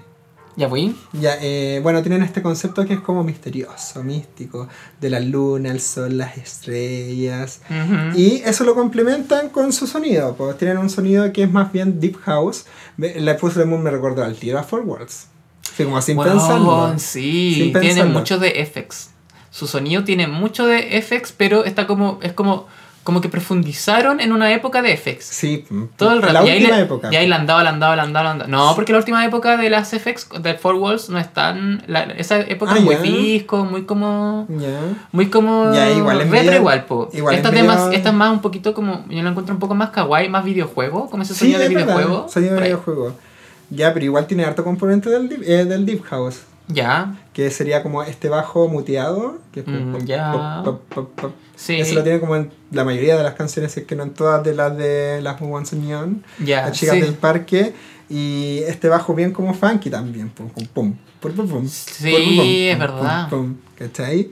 Speaker 2: Ya fui.
Speaker 3: Ya, eh, bueno, tienen este concepto que es como misterioso, místico, de la luna, el sol, las estrellas.
Speaker 2: Ujú.
Speaker 3: Y eso lo complementan con su sonido, pues tienen un sonido que es más bien deep house. Me- La Puzzle Moon me recordó al tiro a Forwards. Sí, como sin
Speaker 2: Bueno,
Speaker 3: pensarlo.
Speaker 2: sí,
Speaker 3: Sin
Speaker 2: tiene
Speaker 3: pensarlo.
Speaker 2: mucho de FX. Su sonido tiene mucho de FX, pero está como. Es como. como que profundizaron en una época de FX.
Speaker 3: Sí, mm,
Speaker 2: Todo el rato.
Speaker 3: La
Speaker 2: y ahí
Speaker 3: última
Speaker 2: le-
Speaker 3: época. pues.
Speaker 2: Y ahí la han dado, la han dado, la han dado, la han dado. No, porque la última época de las FX, de Four Walls, no están. la- esa época
Speaker 3: Ah,
Speaker 2: es muy
Speaker 3: ya.
Speaker 2: disco, muy como.
Speaker 3: Ya.
Speaker 2: Muy como.
Speaker 3: Ya, igual es
Speaker 2: retro,
Speaker 3: medio-
Speaker 2: igual, po.
Speaker 3: igual es
Speaker 2: esta, es de más,
Speaker 3: medio-
Speaker 2: esta es más un poquito como. Yo la encuentro un poco más kawaii, más videojuego, como ese
Speaker 3: Sí,
Speaker 2: sonido
Speaker 3: es
Speaker 2: de
Speaker 3: verdad,
Speaker 2: videojuego.
Speaker 3: Sonido de
Speaker 2: por ahí.
Speaker 3: videojuego. Ya, pero igual tiene harto componente del, deep- eh, del Deep House.
Speaker 2: Ya,
Speaker 3: Que sería como este bajo muteado. Que es
Speaker 2: Mm,
Speaker 3: pop,
Speaker 2: ya.
Speaker 3: pop, pop, pop, pop.
Speaker 2: sí.
Speaker 3: Eso lo tiene como en la mayoría de las canciones, si es que no en todas de las de las Who Wants a Neon,
Speaker 2: Ya,
Speaker 3: las chicas
Speaker 2: Ah, sí.
Speaker 3: del parque. Y este bajo bien como funky también, pum, pum, pum, pum, pum, pum,
Speaker 2: Sí,
Speaker 3: pum, pum, pum,
Speaker 2: es
Speaker 3: pum,
Speaker 2: verdad.
Speaker 3: pum, pum, ¿cachai?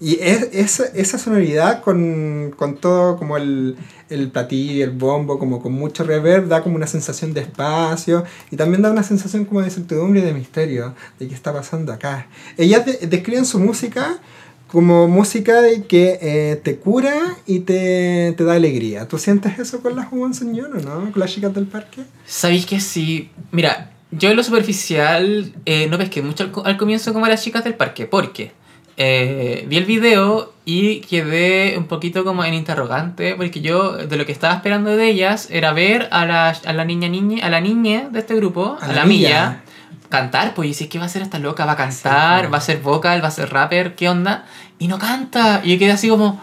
Speaker 3: Y es, esa- esa sonoridad con, con todo como el, el platillo, el bombo, como con mucho reverb, da como una sensación de espacio y también da una sensación como de incertidumbre y de misterio, de qué está pasando acá. Ellas de- describen su música como música de que eh, te cura y te, te da alegría. ¿Tú sientes eso con las Women Señor o no? Con las chicas del parque.
Speaker 2: ¿Sabéis que sí? Mira, yo en lo superficial eh, no pesqué mucho al, co- al comienzo como a las chicas del parque, porque eh, vi el video y quedé un poquito como en interrogante, porque yo de lo que estaba esperando de ellas era ver a la, a la niña niña, a la niña de este grupo, a, la, milla. Cantar, pues, y si es que va a ser esta loca, va a cantar,
Speaker 3: Sí. pues.
Speaker 2: va a ser vocal, va a ser rapper, ¿qué onda? Y no canta. Y yo quedé así como.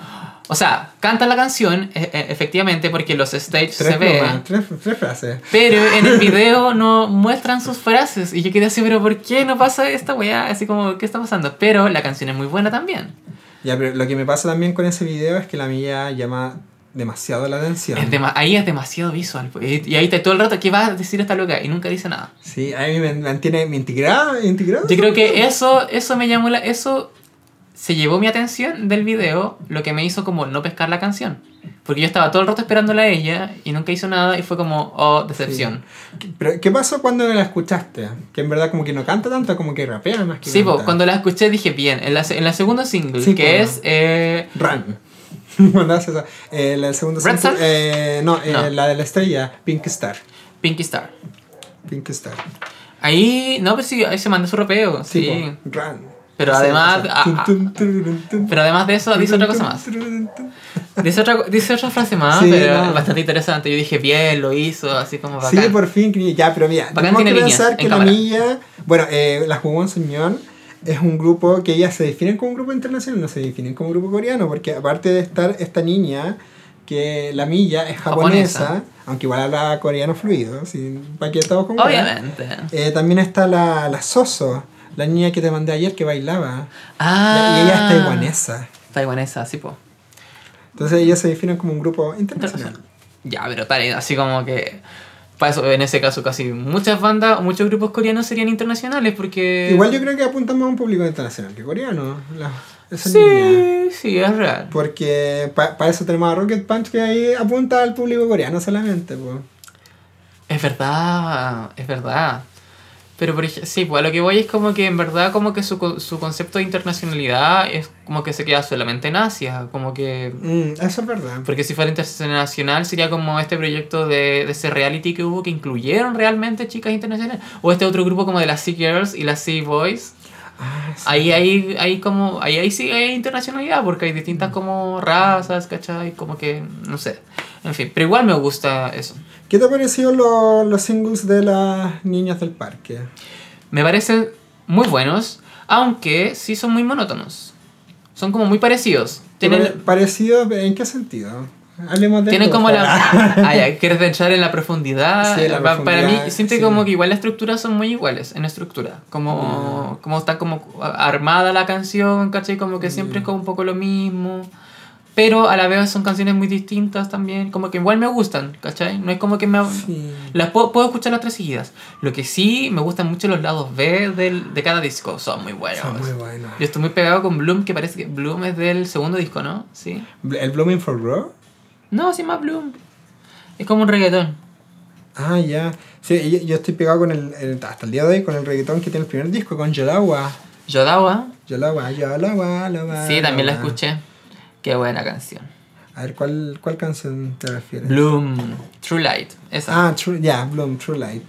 Speaker 2: O sea, canta la canción, e- e- efectivamente, porque los stages
Speaker 3: Tres,
Speaker 2: se ven.
Speaker 3: nomás, tres, tres frases.
Speaker 2: Pero en el video no muestran sus frases. Y yo quedé así, pero ¿por qué no pasa esta weá? Así como, ¿qué está pasando? Pero la canción es muy buena también.
Speaker 3: Ya, pero lo que me pasa también con ese video es que la mía llama demasiado la atención.
Speaker 2: Es dema- ahí es demasiado visual. pues, Y, y ahí está todo el rato, ¿qué va a decir esta loca? Y nunca dice nada.
Speaker 3: sí, a mí me mantiene me integrado, integrado.
Speaker 2: Yo creo que eso, eso me llamó la... Eso se llevó mi atención del video, lo que me hizo como no pescar la canción. Porque yo estaba todo el rato esperándola a ella y nunca hizo nada y fue como, oh, decepción.
Speaker 3: Pero, ¿qué pasó cuando la escuchaste? Que en verdad como que no canta tanto, como que rapea más que
Speaker 2: Sí, po,
Speaker 3: canta.
Speaker 2: cuando la escuché dije, bien, en la, se- en la segunda single,
Speaker 3: Sí,
Speaker 2: que
Speaker 3: po.
Speaker 2: es... eh,
Speaker 3: Run. Cuando hace esa- eh, la segunda
Speaker 2: Red
Speaker 3: single-
Speaker 2: Sun?
Speaker 3: eh, no, eh,
Speaker 2: No.
Speaker 3: la de la estrella, Pink Star.
Speaker 2: Pinky Star.
Speaker 3: Pink Star.
Speaker 2: Ahí, no, pues sí, ahí se manda su ropeo, sí.
Speaker 3: Sí, po, Run.
Speaker 2: Pero
Speaker 3: Esa-
Speaker 2: además-
Speaker 3: esa.
Speaker 2: ah, ah.
Speaker 3: Tun, tun, tun, tun,
Speaker 2: Pero además de eso,
Speaker 3: tun,
Speaker 2: dice otra
Speaker 3: tun,
Speaker 2: cosa más.
Speaker 3: tun, tun.
Speaker 2: Dice otra, dice otra frase más,
Speaker 3: Sí,
Speaker 2: pero
Speaker 3: no.
Speaker 2: bastante interesante. Yo dije, bien, lo hizo, así como
Speaker 3: Sí,
Speaker 2: Pues bacán.
Speaker 3: por fin, que- ya, pero mira,
Speaker 2: Bacán
Speaker 3: tenemos que
Speaker 2: tiene líneas
Speaker 3: pensar
Speaker 2: en
Speaker 3: que la
Speaker 2: cámara.
Speaker 3: Milla, bueno, eh, la Jugón Soñón es un grupo que ellas se definen como un grupo internacional, no se definen como un grupo coreano, porque aparte de estar esta niña, que la Milla es japonesa,
Speaker 2: Japonesa.
Speaker 3: aunque igual habla coreano fluido, sin paquetados con weá.
Speaker 2: Obviamente.
Speaker 3: Eh, también está la, la Soso, la niña que te mandé ayer que bailaba,
Speaker 2: Ah.
Speaker 3: y ella es taiwanesa.
Speaker 2: Taiwanesa, sí, po.
Speaker 3: Entonces ellas se definen como un grupo internacional.
Speaker 2: Ya, pero tal, así como que. Para eso, en ese caso, casi muchas bandas o muchos grupos coreanos serían internacionales, porque.
Speaker 3: Igual yo creo que apuntan más a un público internacional que coreano, la- esas niñas.
Speaker 2: Sí, sí, es real.
Speaker 3: Porque para eso tenemos a Rocket Punch que ahí apunta al público coreano solamente. po.
Speaker 2: Es verdad, es verdad. Pero por ej- sí, pues a lo que voy es como que en verdad como que su, co- su concepto de internacionalidad es como que se queda solamente en Asia, como que...
Speaker 3: Mm, eso es verdad.
Speaker 2: Porque si fuera internacional sería como este proyecto de, de ese reality que hubo que incluyeron realmente chicas internacionales. O este otro grupo como de las Sea Girls y las Sea Boys.
Speaker 3: Ah, sí.
Speaker 2: Ahí, ahí, ahí como, ahí, ahí sí hay internacionalidad porque hay distintas como razas, ¿cachai? Como que, no sé. En fin, pero igual me gusta eso.
Speaker 3: ¿Qué te pareció lo- los singles de las niñas del parque?
Speaker 2: Me parecen muy buenos, aunque sí son muy monótonos. Son como muy parecidos.
Speaker 3: ¿Te pare-
Speaker 2: Tienen,
Speaker 3: eh, ¿Parecido en qué sentido? Hablemos de
Speaker 2: tienen
Speaker 3: esto,
Speaker 2: como la...
Speaker 3: ojalá.
Speaker 2: Ah, ya, quieres entrar en la profundidad.
Speaker 3: Sí, la
Speaker 2: Pa- Para
Speaker 3: profundidad,
Speaker 2: mí, siente
Speaker 3: sí.
Speaker 2: como que igual las estructuras son muy iguales en estructura. Como, como está como armada la canción, ¿cachai? Como que siempre
Speaker 3: Mm.
Speaker 2: es como un poco lo mismo. Pero a la vez son canciones muy distintas también. Como que igual me gustan, ¿cachai? No es como que me...
Speaker 3: Sí.
Speaker 2: Las puedo, puedo escuchar las tres seguidas. Lo que sí me gustan mucho los lados B del, de cada disco. Son muy buenos.
Speaker 3: Son muy buenos.
Speaker 2: Yo estoy muy pegado con Bloom, que parece que Bloom es del segundo disco, ¿no? Sí.
Speaker 3: ¿El Blooming for Grow?
Speaker 2: No, sí, más Bloom. Es como un reggaetón.
Speaker 3: Ah, ya. Sí, yo, yo estoy pegado con el, el- hasta el día de hoy con el reggaetón que tiene el primer disco, con Yalawa.
Speaker 2: Yodawa.
Speaker 3: Yalawa, Yalawa, Yalawa.
Speaker 2: Sí, también la
Speaker 3: Yalawa.
Speaker 2: escuché. Qué buena canción.
Speaker 3: A ver, ¿cuál, cuál canción te refieres?
Speaker 2: Bloom. True Light. Esa.
Speaker 3: Ah, True- ya, Bloom, True Light.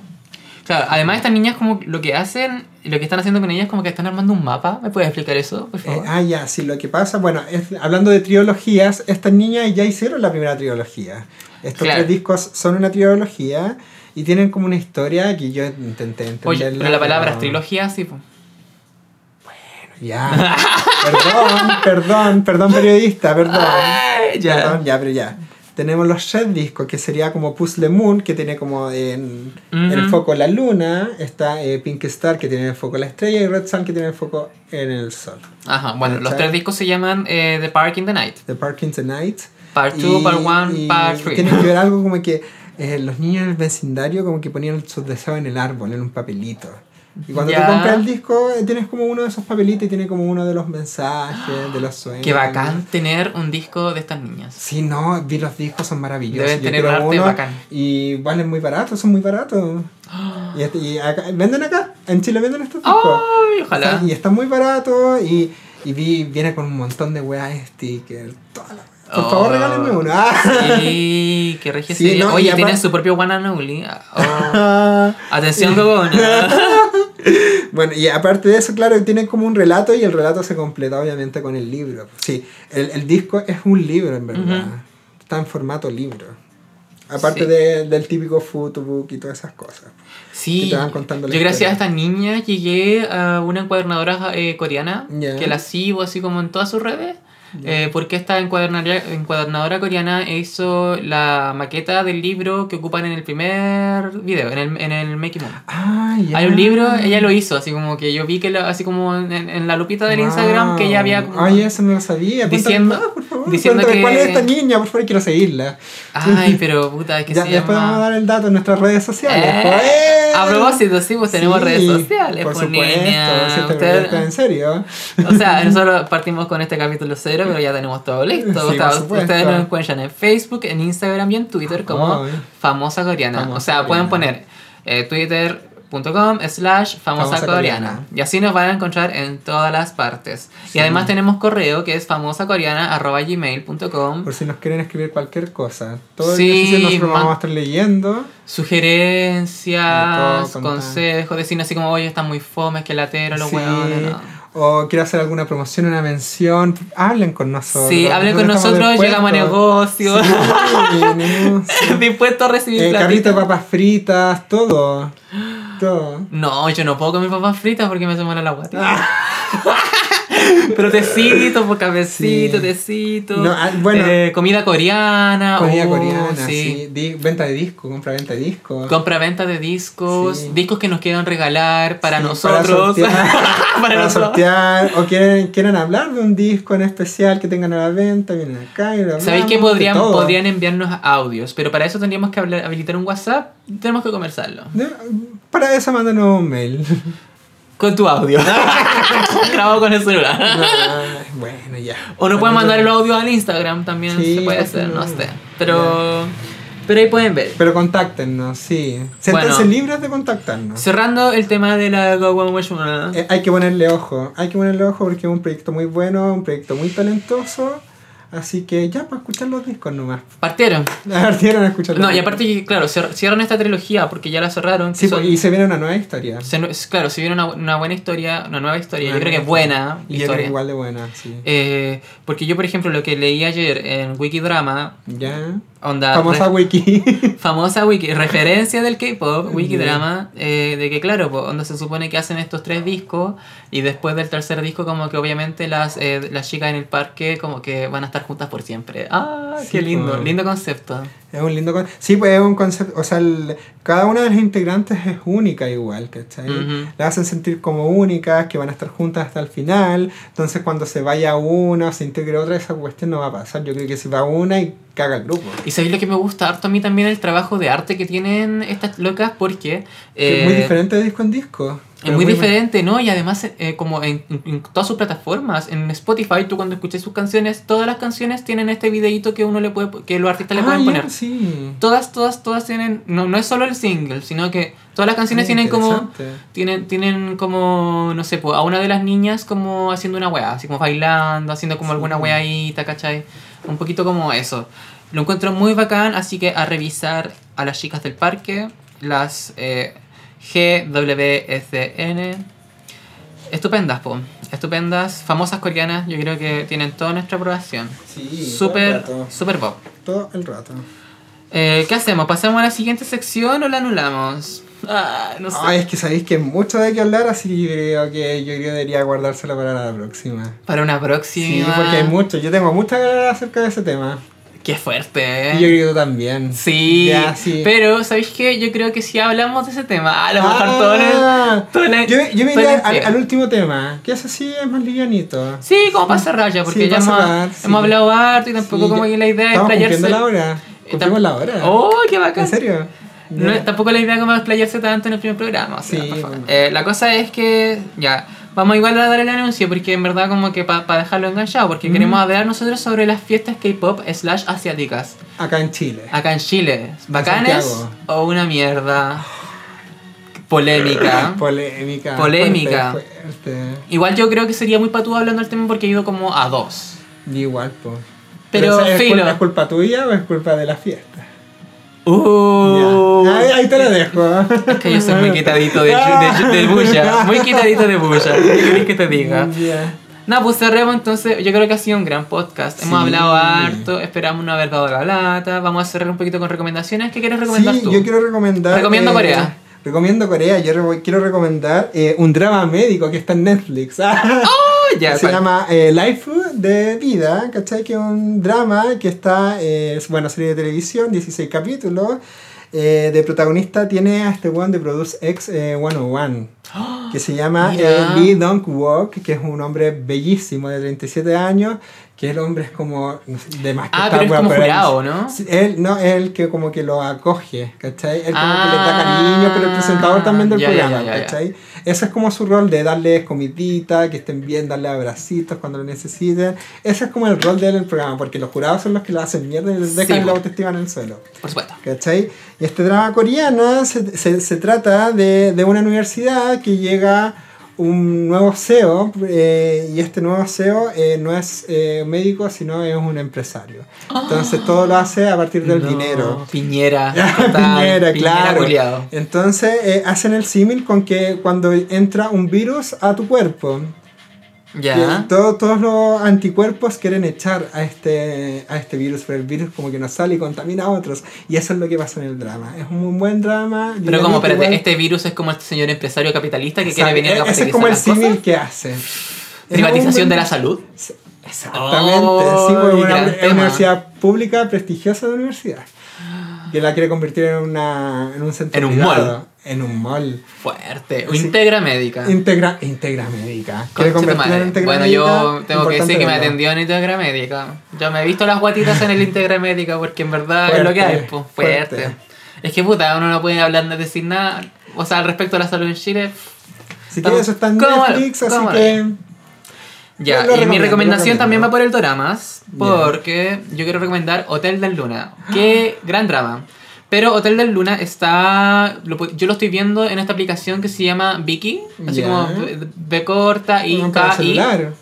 Speaker 2: Claro, además estas niñas como lo que hacen, lo que están haciendo con ellas como que están armando un mapa. ¿Me puedes explicar eso, por
Speaker 3: Eh,
Speaker 2: favor?
Speaker 3: ah, ya, sí, lo que pasa, bueno, es- hablando de trilogías, estas niñas ya hicieron la primera trilogía. Estos
Speaker 2: Claro.
Speaker 3: tres discos son una trilogía y tienen como una historia que yo intenté entender.
Speaker 2: Oye, pero la palabra es trilogía, sí, pues.
Speaker 3: Ya. perdón, perdón, perdón, periodista, perdón.
Speaker 2: Ay, Ah, ya.
Speaker 3: Perdón, ya, pero ya. Tenemos los Shed Discos, que sería como Puzzle Moon, que tiene como en, en el
Speaker 2: Ujú.
Speaker 3: foco la luna. Está eh, Pink Star, que tiene en el foco la estrella. Y Red Sun, que tiene el foco en el sol.
Speaker 2: Ajá, bueno, los
Speaker 3: ¿Cachai?
Speaker 2: tres discos se llaman eh, The Park in the Night.
Speaker 3: The Parkins the Night.
Speaker 2: Part 2, Part 1, Part 3.
Speaker 3: Tiene que ver algo como que eh, los niños del vecindario como que ponían sus deseos en el árbol, en un papelito. Y cuando
Speaker 2: Ya.
Speaker 3: te compras el disco, eh, tienes como uno de esos papelitos y tiene como uno de los mensajes, de los sueños.
Speaker 2: Qué bacán tener un disco de estas niñas.
Speaker 3: Sí, no, vi los discos, son maravillosos.
Speaker 2: Deben
Speaker 3: Yo
Speaker 2: tener
Speaker 3: quiero
Speaker 2: un arte bacán.
Speaker 3: Y valen muy baratos, son muy baratos. Y, este- y acá- venden acá, en Chile venden estos discos.
Speaker 2: Ay, ojalá.
Speaker 3: Sí, Y está muy barato y, y vi, viene con un montón de weas stickers. toda la- Por
Speaker 2: Oh.
Speaker 3: favor, regálenme uno. Ah.
Speaker 2: Sí, qué regio
Speaker 3: Sí,
Speaker 2: sería.
Speaker 3: no, y
Speaker 2: Oye,
Speaker 3: apar-
Speaker 2: tiene su propio One and Only. Oh.
Speaker 3: Ah.
Speaker 2: Atención, Gogona.
Speaker 3: Bueno, y aparte de eso, claro, tiene como un relato y el relato se completa obviamente con el libro. Sí, el, el disco es un libro en verdad. Está en formato libro. Aparte
Speaker 2: Sí.
Speaker 3: de- del típico photobook y todas esas cosas.
Speaker 2: Sí,
Speaker 3: Que te van contando la
Speaker 2: yo gracias a
Speaker 3: historia.
Speaker 2: esta niña llegué a una encuadernadora eh, coreana
Speaker 3: Ya.
Speaker 2: que la sigo así como en todas sus redes. eh, porque esta encuadernadora, encuadernadora coreana hizo la maqueta del libro que ocupan en el primer video, en el, en el Making Moon.
Speaker 3: Ah, ya.
Speaker 2: Hay un libro, ella lo hizo, así como que yo vi que la- así como en, en la lupita del
Speaker 3: Wow.
Speaker 2: Instagram que ella había como...
Speaker 3: Ay, eso no lo sabía. Cuéntame
Speaker 2: Diciendo-
Speaker 3: más, por favor.
Speaker 2: diciendo
Speaker 3: Cuéntame,
Speaker 2: que-
Speaker 3: ¿Cuál es esta niña? Por favor, quiero seguirla.
Speaker 2: Ay, pero puta, es que
Speaker 3: Ya,
Speaker 2: se
Speaker 3: después
Speaker 2: llama-
Speaker 3: vamos a dar el dato en nuestras redes sociales.
Speaker 2: Eh,
Speaker 3: pues, ¡eh!
Speaker 2: A propósito, sí, pues tenemos
Speaker 3: Sí,
Speaker 2: redes sociales,
Speaker 3: Por
Speaker 2: pues,
Speaker 3: supuesto,
Speaker 2: niña.
Speaker 3: si te
Speaker 2: Usted-
Speaker 3: preguntas en serio.
Speaker 2: O sea, nosotros partimos con este capítulo cero, pero ya tenemos todo listo.
Speaker 3: Sí,
Speaker 2: O sea,
Speaker 3: por supuesto.
Speaker 2: ustedes nos encuentran en Facebook, en Instagram y en Twitter como
Speaker 3: Ay.
Speaker 2: Famosa Coreana.
Speaker 3: Famosa
Speaker 2: o sea, pueden
Speaker 3: Coreana.
Speaker 2: poner eh, twitter.com slash famosa
Speaker 3: Famosa
Speaker 2: coreana
Speaker 3: Coreana.
Speaker 2: y así nos van a encontrar en todas las partes y además tenemos correo que es famosacoreana arroba gmail.com
Speaker 3: Por si nos quieren escribir cualquier cosa. Todo
Speaker 2: Sí,
Speaker 3: el ejercicio nosotros lo
Speaker 2: man-
Speaker 3: vamos a estar leyendo.
Speaker 2: sugerencias
Speaker 3: De todo, con-
Speaker 2: consejos decirnos así como oye están muy fomes que latero los
Speaker 3: Sí.
Speaker 2: huevones no.
Speaker 3: O quiero hacer alguna promoción, una mención. Hablen con nosotros.
Speaker 2: sí hablen con
Speaker 3: estamos
Speaker 2: nosotros
Speaker 3: dispuestos.
Speaker 2: llegamos a negocios
Speaker 3: Sí, venimos.
Speaker 2: dispuesto a recibir
Speaker 3: Eh,
Speaker 2: platita.
Speaker 3: carrito de papas fritas, todo. Todo.
Speaker 2: No, yo no puedo comer papas fritas porque me hace mal a la
Speaker 3: Ah.
Speaker 2: guata. Pero tecito, por cabecito,
Speaker 3: Sí.
Speaker 2: tecito.
Speaker 3: No, ah, bueno.
Speaker 2: Eh, comida coreana.
Speaker 3: Comida
Speaker 2: oh,
Speaker 3: coreana, sí. Di- venta de disco, compra-venta de disco.
Speaker 2: Compra-venta de discos,
Speaker 3: Sí.
Speaker 2: discos que nos quieran regalar para
Speaker 3: Sí,
Speaker 2: nosotros.
Speaker 3: Para sortear.
Speaker 2: Para
Speaker 3: para
Speaker 2: nosotros.
Speaker 3: sortear, o quieren, quieren hablar de un disco en especial que tengan a la venta, vienen acá y lo
Speaker 2: ¿Sabéis que
Speaker 3: hablamos, de
Speaker 2: podrían,
Speaker 3: todo.
Speaker 2: podrían enviarnos audios? Pero para eso tendríamos que hablar- habilitar un WhatsApp. Tenemos que conversarlo.
Speaker 3: De- Para eso mándanos un mail.
Speaker 2: Con tu audio. Grabado con el celular.
Speaker 3: Ay, Ah, bueno, ya.
Speaker 2: O no pueden
Speaker 3: Bueno,
Speaker 2: mandar el audio al Instagram también,
Speaker 3: Sí,
Speaker 2: se puede
Speaker 3: ¿por qué
Speaker 2: hacer, no
Speaker 3: no?
Speaker 2: sé. Pero, pero ahí pueden ver.
Speaker 3: Pero contáctenos, sí. Siéntense
Speaker 2: Bueno.
Speaker 3: libres de contactarnos.
Speaker 2: Cerrando el tema de la Go One Way Shuna.
Speaker 3: Eh, hay que ponerle ojo, hay que ponerle ojo porque es un proyecto muy bueno, un proyecto muy talentoso. Así que ya para escuchar los discos nomás.
Speaker 2: Partieron.
Speaker 3: Partieron a escuchar los
Speaker 2: No, y
Speaker 3: discos.
Speaker 2: aparte, que, claro, cer- cierran esta trilogía porque ya la cerraron. que
Speaker 3: Sí, pues,
Speaker 2: son-
Speaker 3: y se viene una nueva historia.
Speaker 2: se nu- es- claro, si viene una, una buena historia, una nueva historia,
Speaker 3: Una
Speaker 2: yo creo que es
Speaker 3: nueva
Speaker 2: buena
Speaker 3: Y yo creo que
Speaker 2: historia.
Speaker 3: igual de buena, sí.
Speaker 2: Eh, porque yo, por ejemplo, lo que leí ayer en Wikidrama,
Speaker 3: Ya.
Speaker 2: onda.
Speaker 3: Famosa wiki.
Speaker 2: famosa wiki, referencia del K-pop, Wikidrama, eh, de que claro, po, donde se supone que hacen estos tres discos y después del tercer disco como que obviamente las, eh, las chicas en el parque como que van a estar juntas por siempre. Ah,
Speaker 3: Sí,
Speaker 2: qué lindo,
Speaker 3: po.
Speaker 2: lindo concepto.
Speaker 3: es un lindo concepto. Sí, pues es un concepto. O sea, el- cada una de las integrantes es única igual, ¿cachai?
Speaker 2: Ujú.
Speaker 3: Las hacen sentir como únicas, que van a estar juntas hasta el final. Entonces, cuando se vaya una o se integre otra, esa cuestión no va a pasar. Yo creo que se va una y caga el grupo.
Speaker 2: Y sabéis lo que me gusta harto a mí también el trabajo de arte que tienen estas locas porque...
Speaker 3: Que es muy
Speaker 2: eh,
Speaker 3: diferente de disco en disco.
Speaker 2: Es
Speaker 3: pero
Speaker 2: muy
Speaker 3: bu-
Speaker 2: diferente, ¿no? Y además, eh, como en, en- en todas sus plataformas, en Spotify, tú cuando escuchas sus canciones, todas las canciones tienen este videíto que uno le puede, que los artistas le
Speaker 3: Ah,
Speaker 2: pueden
Speaker 3: ya,
Speaker 2: poner.
Speaker 3: Sí.
Speaker 2: todas, todas, todas tienen, no, no es solo el single, sino que todas las canciones
Speaker 3: Ah,
Speaker 2: tienen como,
Speaker 3: interesante.
Speaker 2: tienen, tienen como, no sé, pues, a una de las niñas como haciendo una wea, así como bailando, haciendo como
Speaker 3: Sí.
Speaker 2: alguna weadita, ¿cachai? Un poquito como eso. Lo encuentro muy bacán, así que a revisar a las chicas del parque, las eh, GWSN. Estupendas, po. Estupendas, famosas coreanas, yo creo que tienen toda nuestra aprobación.
Speaker 3: Sí,
Speaker 2: super,
Speaker 3: todo el rato.
Speaker 2: super pop.
Speaker 3: Todo el rato.
Speaker 2: Eh, ¿Qué hacemos? ¿Pasamos a la siguiente sección o la anulamos? Ah, no sé.
Speaker 3: Ay, es que sabéis que mucho de qué hablar, así que yo creo que yo creo que debería guardárselo para la próxima.
Speaker 2: Para una
Speaker 3: Sí,
Speaker 2: próxima.
Speaker 3: porque hay mucho. Yo tengo muchas ganas acerca de ese tema.
Speaker 2: Qué fuerte, ¿eh?
Speaker 3: Y yo creo que tú también.
Speaker 2: Sí,
Speaker 3: Ya, sí.
Speaker 2: pero ¿sabéis qué? Yo creo que si hablamos de ese tema, a lo mejor todo
Speaker 3: Ah,
Speaker 2: el- todo el-
Speaker 3: yo, yo me
Speaker 2: todo el
Speaker 3: iría al,
Speaker 2: encierro.
Speaker 3: al último tema, que es así, es más livianito.
Speaker 2: Sí, como para cerrar ya, porque
Speaker 3: Sí,
Speaker 2: ya
Speaker 3: para
Speaker 2: hemos,
Speaker 3: cerrar, sí.
Speaker 2: hemos hablado harto y tampoco
Speaker 3: Sí,
Speaker 2: como
Speaker 3: ya-
Speaker 2: que la idea es
Speaker 3: Estamos
Speaker 2: explayarse.
Speaker 3: cumpliendo la hora.
Speaker 2: Eh,
Speaker 3: Cumplimos
Speaker 2: tam-
Speaker 3: la hora.
Speaker 2: ¡Oh, qué bacán!
Speaker 3: ¿En serio?
Speaker 2: No,
Speaker 3: Mira.
Speaker 2: tampoco la idea como explayarse tanto en el primer programa. o sea,
Speaker 3: Sí,
Speaker 2: por favor.
Speaker 3: bueno.
Speaker 2: Eh, la cosa es que, ya, vamos igual a dar el anuncio, porque en verdad como que para dejarlo enganchado, porque queremos hablar nosotros sobre las fiestas K-pop slash asiáticas.
Speaker 3: Acá en Chile.
Speaker 2: Acá en Chile, ¿bacanes
Speaker 3: Santiago.
Speaker 2: o una mierda? Polémica.
Speaker 3: Polémica.
Speaker 2: Polémica.
Speaker 3: fuerte, fuerte.
Speaker 2: Igual yo creo que sería muy patúa hablando del tema porque he ido como a dos.
Speaker 3: Igual, pues.
Speaker 2: Pero,
Speaker 3: ¿es, cul-
Speaker 2: filo.
Speaker 3: ¿Es culpa tuya o es culpa de la fiesta?
Speaker 2: Uh.
Speaker 3: Ya. Ahí, ahí te la dejo. ¿eh?
Speaker 2: Es que yo soy muy quitadito de, de, de bulla, muy quitadito de bulla. ¿Qué querés que te diga?
Speaker 3: Ya.
Speaker 2: No, pues cerremos entonces. Yo creo que ha sido un gran podcast. Hemos
Speaker 3: Sí.
Speaker 2: hablado harto, esperamos no haber dado la lata. Vamos a cerrar un poquito con recomendaciones. ¿Qué quieres recomendar
Speaker 3: Sí,
Speaker 2: tú?
Speaker 3: yo quiero recomendar. eh,
Speaker 2: Recomiendo Corea.
Speaker 3: Recomiendo Corea. Yo re- quiero recomendar eh, un drama médico que está en Netflix. Ah,
Speaker 2: Oh, ya,
Speaker 3: Se
Speaker 2: ¿cuál?
Speaker 3: llama eh, Life de Vida, ¿cachai? Que es un drama que está, eh, es bueno, serie de televisión, 16 capítulos. eh, de protagonista tiene a este one de Produce X eh, 101, que se llama eh,
Speaker 2: mira.
Speaker 3: Lee Dong Wook, que es un hombre bellísimo de 37 años, que el hombre es como no sé, de más que
Speaker 2: Ah,
Speaker 3: está,
Speaker 2: pero es
Speaker 3: weón,
Speaker 2: como
Speaker 3: él-
Speaker 2: jurado, ¿no?
Speaker 3: Sí, Él no, él que como que lo acoge, ¿cachai? Él como que le da
Speaker 2: Ah.
Speaker 3: cariño, pero el presentador también del
Speaker 2: Ya, ya, ya,
Speaker 3: programa,
Speaker 2: ya, ya.
Speaker 3: ¿cachai? ¿cachai? Ese es como su rol de darles comidita, que estén bien, darle abracitos cuando lo necesiten. Ese es como el rol de él en el programa, porque los jurados son los que lo hacen mierda y les
Speaker 2: Sí,
Speaker 3: dejan
Speaker 2: po.
Speaker 3: la autoestima en el suelo.
Speaker 2: Por supuesto.
Speaker 3: ¿Cachai? Y este drama coreana se, se- se trata de, de una universidad que llega un nuevo CEO eh, y este nuevo CEO eh, no es eh, médico sino es un empresario. Entonces todo lo hace a partir del
Speaker 2: No,
Speaker 3: dinero.
Speaker 2: Piñera. total,
Speaker 3: Piñera, claro.
Speaker 2: culiao.
Speaker 3: Entonces eh, hacen el símil con que cuando entra un virus a tu cuerpo,
Speaker 2: Ya.
Speaker 3: que todo- todos los anticuerpos quieren echar a este, a este virus, pero el virus como que no sale y contamina a otros. Y eso es lo que pasa en el drama. Es un muy buen drama.
Speaker 2: Pero como,
Speaker 3: dinámico,
Speaker 2: espérate,
Speaker 3: igual.
Speaker 2: este virus es como este señor empresario capitalista que
Speaker 3: Exacto.
Speaker 2: quiere venir a
Speaker 3: E-
Speaker 2: capitalizar
Speaker 3: Ese es como el
Speaker 2: las cosas.
Speaker 3: símil que hace. Es un
Speaker 2: Privatización
Speaker 3: buen-
Speaker 2: de la salud.
Speaker 3: Exactamente,
Speaker 2: Oh,
Speaker 3: sí, pues,
Speaker 2: qué
Speaker 3: una,
Speaker 2: gran
Speaker 3: es una
Speaker 2: tema.
Speaker 3: universidad pública prestigiosa de universidad. Que la quiere convertir en, una, en un centro
Speaker 2: En un
Speaker 3: privado, En un mall.
Speaker 2: Fuerte. O
Speaker 3: Sí.
Speaker 2: Integra médica.
Speaker 3: Integra, integra médica. Quiere
Speaker 2: Concha tu
Speaker 3: convertirla en
Speaker 2: madre.
Speaker 3: Integra
Speaker 2: Bueno,
Speaker 3: Médica,
Speaker 2: yo tengo que
Speaker 3: importante
Speaker 2: decir que me
Speaker 3: verlo.
Speaker 2: atendió en Integra Médica. Yo me he visto las guatitas en el Integra Médica porque en verdad es lo que
Speaker 3: Fuerte,
Speaker 2: hay, pues, fuerte.
Speaker 3: fuerte.
Speaker 2: Es que puta, uno no puede hablar ni decir nada. O sea, al respecto a la salud en Chile. pff,
Speaker 3: Así que eso está en
Speaker 2: ¿Cómo?
Speaker 3: Netflix, así
Speaker 2: ¿Cómo?
Speaker 3: que.
Speaker 2: Ya,
Speaker 3: Yo lo
Speaker 2: y mi
Speaker 3: recomiendo,
Speaker 2: recomendación
Speaker 3: lo
Speaker 2: también
Speaker 3: recomiendo.
Speaker 2: va por el Doramas, porque yo quiero recomendar Hotel del Luna. Qué gran drama. Pero Hotel del Luna está. lo pu- yo lo estoy viendo en esta aplicación que se llama Vicky. Así
Speaker 3: Ya.
Speaker 2: como B, B corta, I,
Speaker 3: Bueno, para el
Speaker 2: K, I.
Speaker 3: celular.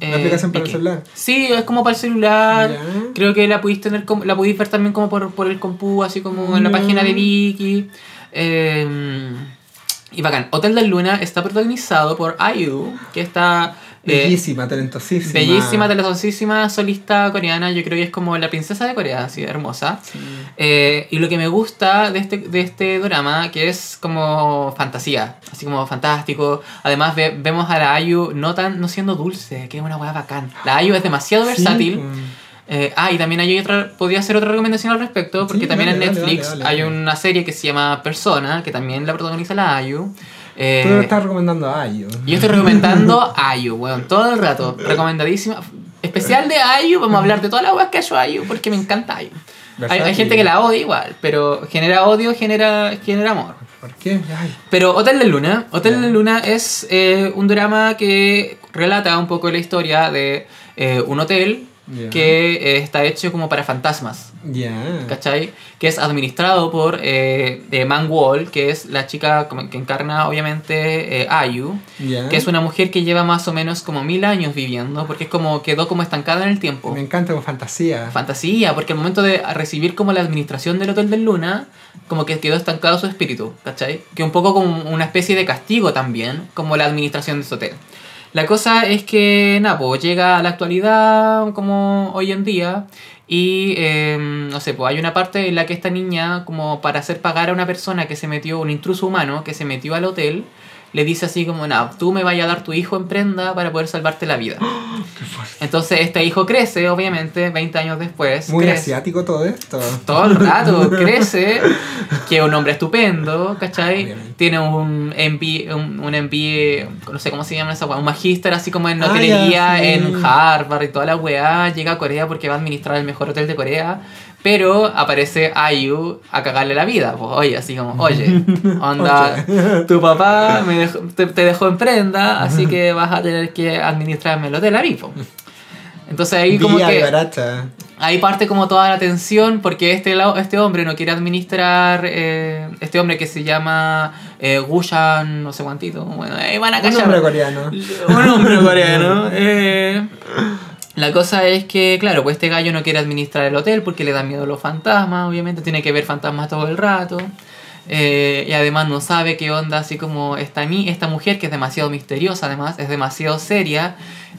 Speaker 2: Eh,
Speaker 3: Una aplicación para el
Speaker 2: Vicky.
Speaker 3: celular.
Speaker 2: Sí, es como para el celular.
Speaker 3: Ya.
Speaker 2: Creo que la pudiste tener como- la pudiste ver también como por, por el compu, así como en la
Speaker 3: Ya.
Speaker 2: página de Vicky. Eh, y bacán. Hotel del Luna está protagonizado por IU, que está. eh,
Speaker 3: Bellísima, talentosísima.
Speaker 2: Bellísima, talentosísima solista coreana, yo creo que es como la princesa de Corea, así, hermosa. Eh, y lo que me gusta de este, de este drama, que es como fantasía, así como fantástico. Además ve- vemos a la Ayu no, tan, no siendo dulce, que es una weá bacán. La Ayu es demasiado
Speaker 3: Sí,
Speaker 2: versátil.
Speaker 3: pues.
Speaker 2: Eh, ah, y también hay otra, podría hacer otra recomendación al respecto, porque
Speaker 3: Sí,
Speaker 2: también
Speaker 3: dale,
Speaker 2: en
Speaker 3: dale,
Speaker 2: Netflix
Speaker 3: dale, dale.
Speaker 2: hay una serie que se llama Persona, que también la protagoniza la Ayu. Eh,
Speaker 3: Tú lo estás recomendando a Ayo.
Speaker 2: yo estoy recomendando Ayu, weón, todo el rato. Recomendadísima. Especial de Ayu, vamos a hablar de todas las weas que ha hecho Ayu, porque me encanta Ayu. Hay, hay
Speaker 3: Versátil.
Speaker 2: gente que la odia igual, pero genera odio, genera, genera amor.
Speaker 3: ¿Por qué? Ay.
Speaker 2: Pero Hotel de Luna, Hotel de Luna es eh, un drama que relata un poco la historia de eh, un hotel
Speaker 3: Ya.
Speaker 2: que eh, está hecho como para fantasmas.
Speaker 3: Ya.
Speaker 2: ¿cachai? Que es administrado por eh, de Man Wall, que es la chica como que encarna obviamente eh, Ayu,
Speaker 3: Ya.
Speaker 2: que es una mujer que lleva más o menos como mil años viviendo, porque es como quedó como estancada en el tiempo.
Speaker 3: Me encanta con fantasía.
Speaker 2: Fantasía, porque al momento de recibir como la administración del Hotel del Luna, como que quedó estancado su espíritu, ¿cachai? Que un poco como una especie de castigo también, como la administración de ese hotel. La cosa es que, nada, pues llega a la actualidad como hoy en día y, eh, no sé, pues hay una parte en la que esta niña, como para hacer pagar a una persona que se metió, un intruso humano que se metió al hotel, le dice así como, nada, tú me vayas a dar tu hijo en prenda para poder salvarte la vida. Entonces este hijo crece, obviamente, 20 años después.
Speaker 3: Muy
Speaker 2: crece,
Speaker 3: asiático todo esto.
Speaker 2: todo el rato crece, que es un hombre estupendo, ¿cachai?
Speaker 3: Obviamente.
Speaker 2: Tiene un MBA, un, un MBA, no sé cómo se llama esa weá, un magíster así como en
Speaker 3: Ah, ya,
Speaker 2: hotelería,
Speaker 3: sí.
Speaker 2: en Harvard y toda la weá, llega a Corea porque va a administrar el mejor hotel de Corea, pero aparece Ayu a cagarle la vida, pues oye, así como, oye, onda, tu papá me dejó- te, te dejó en prenda, así que vas a tener que administrarme el hotel a mí, po". Entonces ahí como
Speaker 3: Vía
Speaker 2: que...
Speaker 3: y barata.
Speaker 2: Ahí parte como toda la tensión porque este, lao- este hombre no quiere administrar, eh, este hombre que se llama eh, Gushan, no sé cuántito, bueno, ahí van a
Speaker 3: Un hombre
Speaker 2: callar.
Speaker 3: coreano.
Speaker 2: Un hombre coreano. eh. La cosa es que, claro, pues este gallo no quiere administrar el hotel porque le da miedo los fantasmas, obviamente, tiene que ver fantasmas todo el rato. eh, y además no sabe qué onda, así como esta, mi- esta mujer que es demasiado misteriosa, además, es demasiado seria,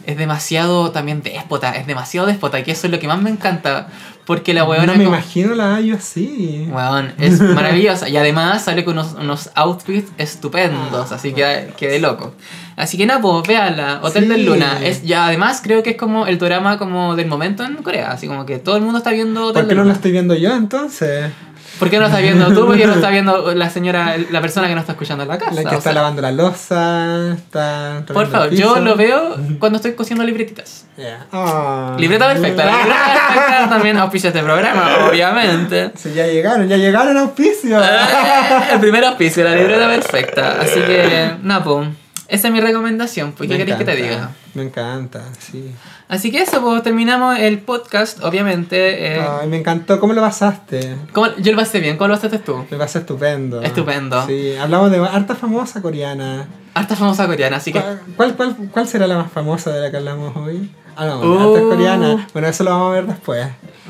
Speaker 2: es demasiado también déspota, es demasiado déspota, que eso es lo que más me encanta, porque la huevona
Speaker 3: no me
Speaker 2: como-
Speaker 3: imagino la Ayu así.
Speaker 2: Weón, es maravillosa. Y además sale con unos, unos outfits estupendos, así que quedé loco. Así que nada, pues véanla, Hotel
Speaker 3: Sí.
Speaker 2: del Luna. Es, ya además creo que es como el drama como del momento en Corea, así como que todo el mundo está viendo Hotel
Speaker 3: ¿Por qué
Speaker 2: del
Speaker 3: no la
Speaker 2: Luna.
Speaker 3: estoy viendo yo entonces?
Speaker 2: ¿Por qué no lo estás viendo tú? ¿Por qué no lo está viendo la señora, la persona que no está escuchando en la casa?
Speaker 3: La que
Speaker 2: O
Speaker 3: está
Speaker 2: sea,
Speaker 3: lavando la losa, está...
Speaker 2: por
Speaker 3: lavando
Speaker 2: favor,
Speaker 3: el
Speaker 2: yo
Speaker 3: piso.
Speaker 2: lo veo cuando estoy cosiendo libretitas.
Speaker 3: Yeah. Ah.
Speaker 2: Libreta perfecta, la libreta perfecta también auspicia este programa, obviamente.
Speaker 3: Sí, ya llegaron, ya llegaron al auspicio.
Speaker 2: Eh, El primer auspicio, la libreta perfecta. Así que, Napo, esa es mi recomendación. Pues, ¿Qué
Speaker 3: Me
Speaker 2: queréis que te
Speaker 3: encanta,
Speaker 2: diga?
Speaker 3: Me encanta, sí.
Speaker 2: Así que eso, pues terminamos el podcast, obviamente. eh,
Speaker 3: Ay, me encantó. ¿Cómo lo pasaste?
Speaker 2: ¿cómo- yo lo pasé bien, ¿cómo lo pasaste tú?
Speaker 3: Me pasó estupendo.
Speaker 2: Estupendo.
Speaker 3: Sí, hablamos de harta famosa coreana.
Speaker 2: Harta famosa coreana, así que.
Speaker 3: ¿Cuál, cuál, cuál, cuál será la más famosa de la que hablamos hoy? Ah, no,
Speaker 2: Uh.
Speaker 3: harta coreana. Bueno, eso lo vamos a ver después.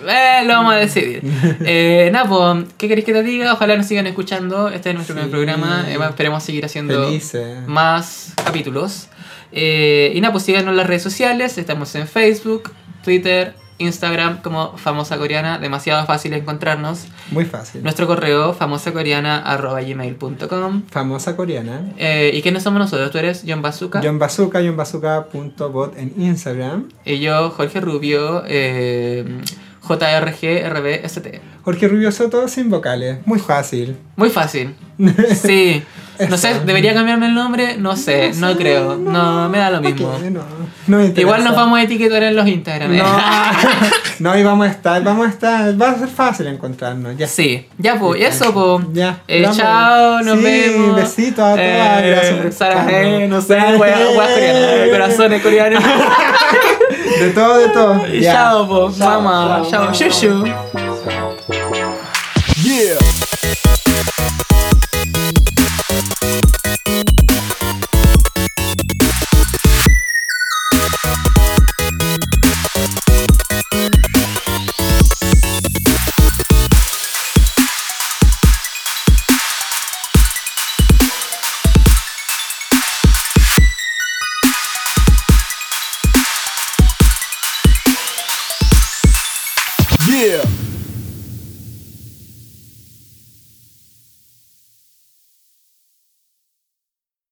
Speaker 2: eh, lo vamos a decidir. Eh, Napo, ¿qué queréis que te diga? Ojalá nos sigan escuchando. Este es nuestro
Speaker 3: Sí.
Speaker 2: primer programa. eh, esperemos seguir haciendo
Speaker 3: Felices.
Speaker 2: más capítulos. Eh, y nada, pues síganos en las redes sociales. Estamos en Facebook, Twitter, Instagram como Famosa Coreana. Demasiado fácil encontrarnos.
Speaker 3: Muy fácil.
Speaker 2: Nuestro correo famosacoreana.gmail.com
Speaker 3: Famosa coreana.
Speaker 2: eh, ¿Y quiénes somos nosotros? Tú eres John Bazooka
Speaker 3: John Bazooka, johnbazooka.bot en Instagram.
Speaker 2: y yo, Jorge Rubio, eh, JRGRBST.
Speaker 3: Jorge Rubio Soto sin vocales. Muy fácil.
Speaker 2: Muy fácil. Sí. No sé, ¿debería cambiarme el nombre? No sé, Eh, no,
Speaker 3: sé,
Speaker 2: creo. No, me da lo
Speaker 3: ¿para
Speaker 2: mismo.
Speaker 3: qué? No, no me interesa.
Speaker 2: Igual nos vamos a etiquetar en los Instagram. eh.
Speaker 3: No, no, y vamos a estar, vamos a estar, va a ser fácil encontrarnos, ya.
Speaker 2: Sí, ya pues, y eso pues.
Speaker 3: Ya,
Speaker 2: Eh,
Speaker 3: vamos.
Speaker 2: chao, nos
Speaker 3: Sí,
Speaker 2: vemos. Eh,
Speaker 3: besito a todas, gracias por
Speaker 2: Sara,
Speaker 3: escucharnos.
Speaker 2: eh, no sé, weas weas coreanas, eh, corazones coreanos.
Speaker 3: De todo, de todo.
Speaker 2: Y
Speaker 3: ya.
Speaker 2: Chao pues,
Speaker 3: Chao,
Speaker 2: mamá,
Speaker 3: chao.
Speaker 2: chao, shushu.
Speaker 1: Yeah.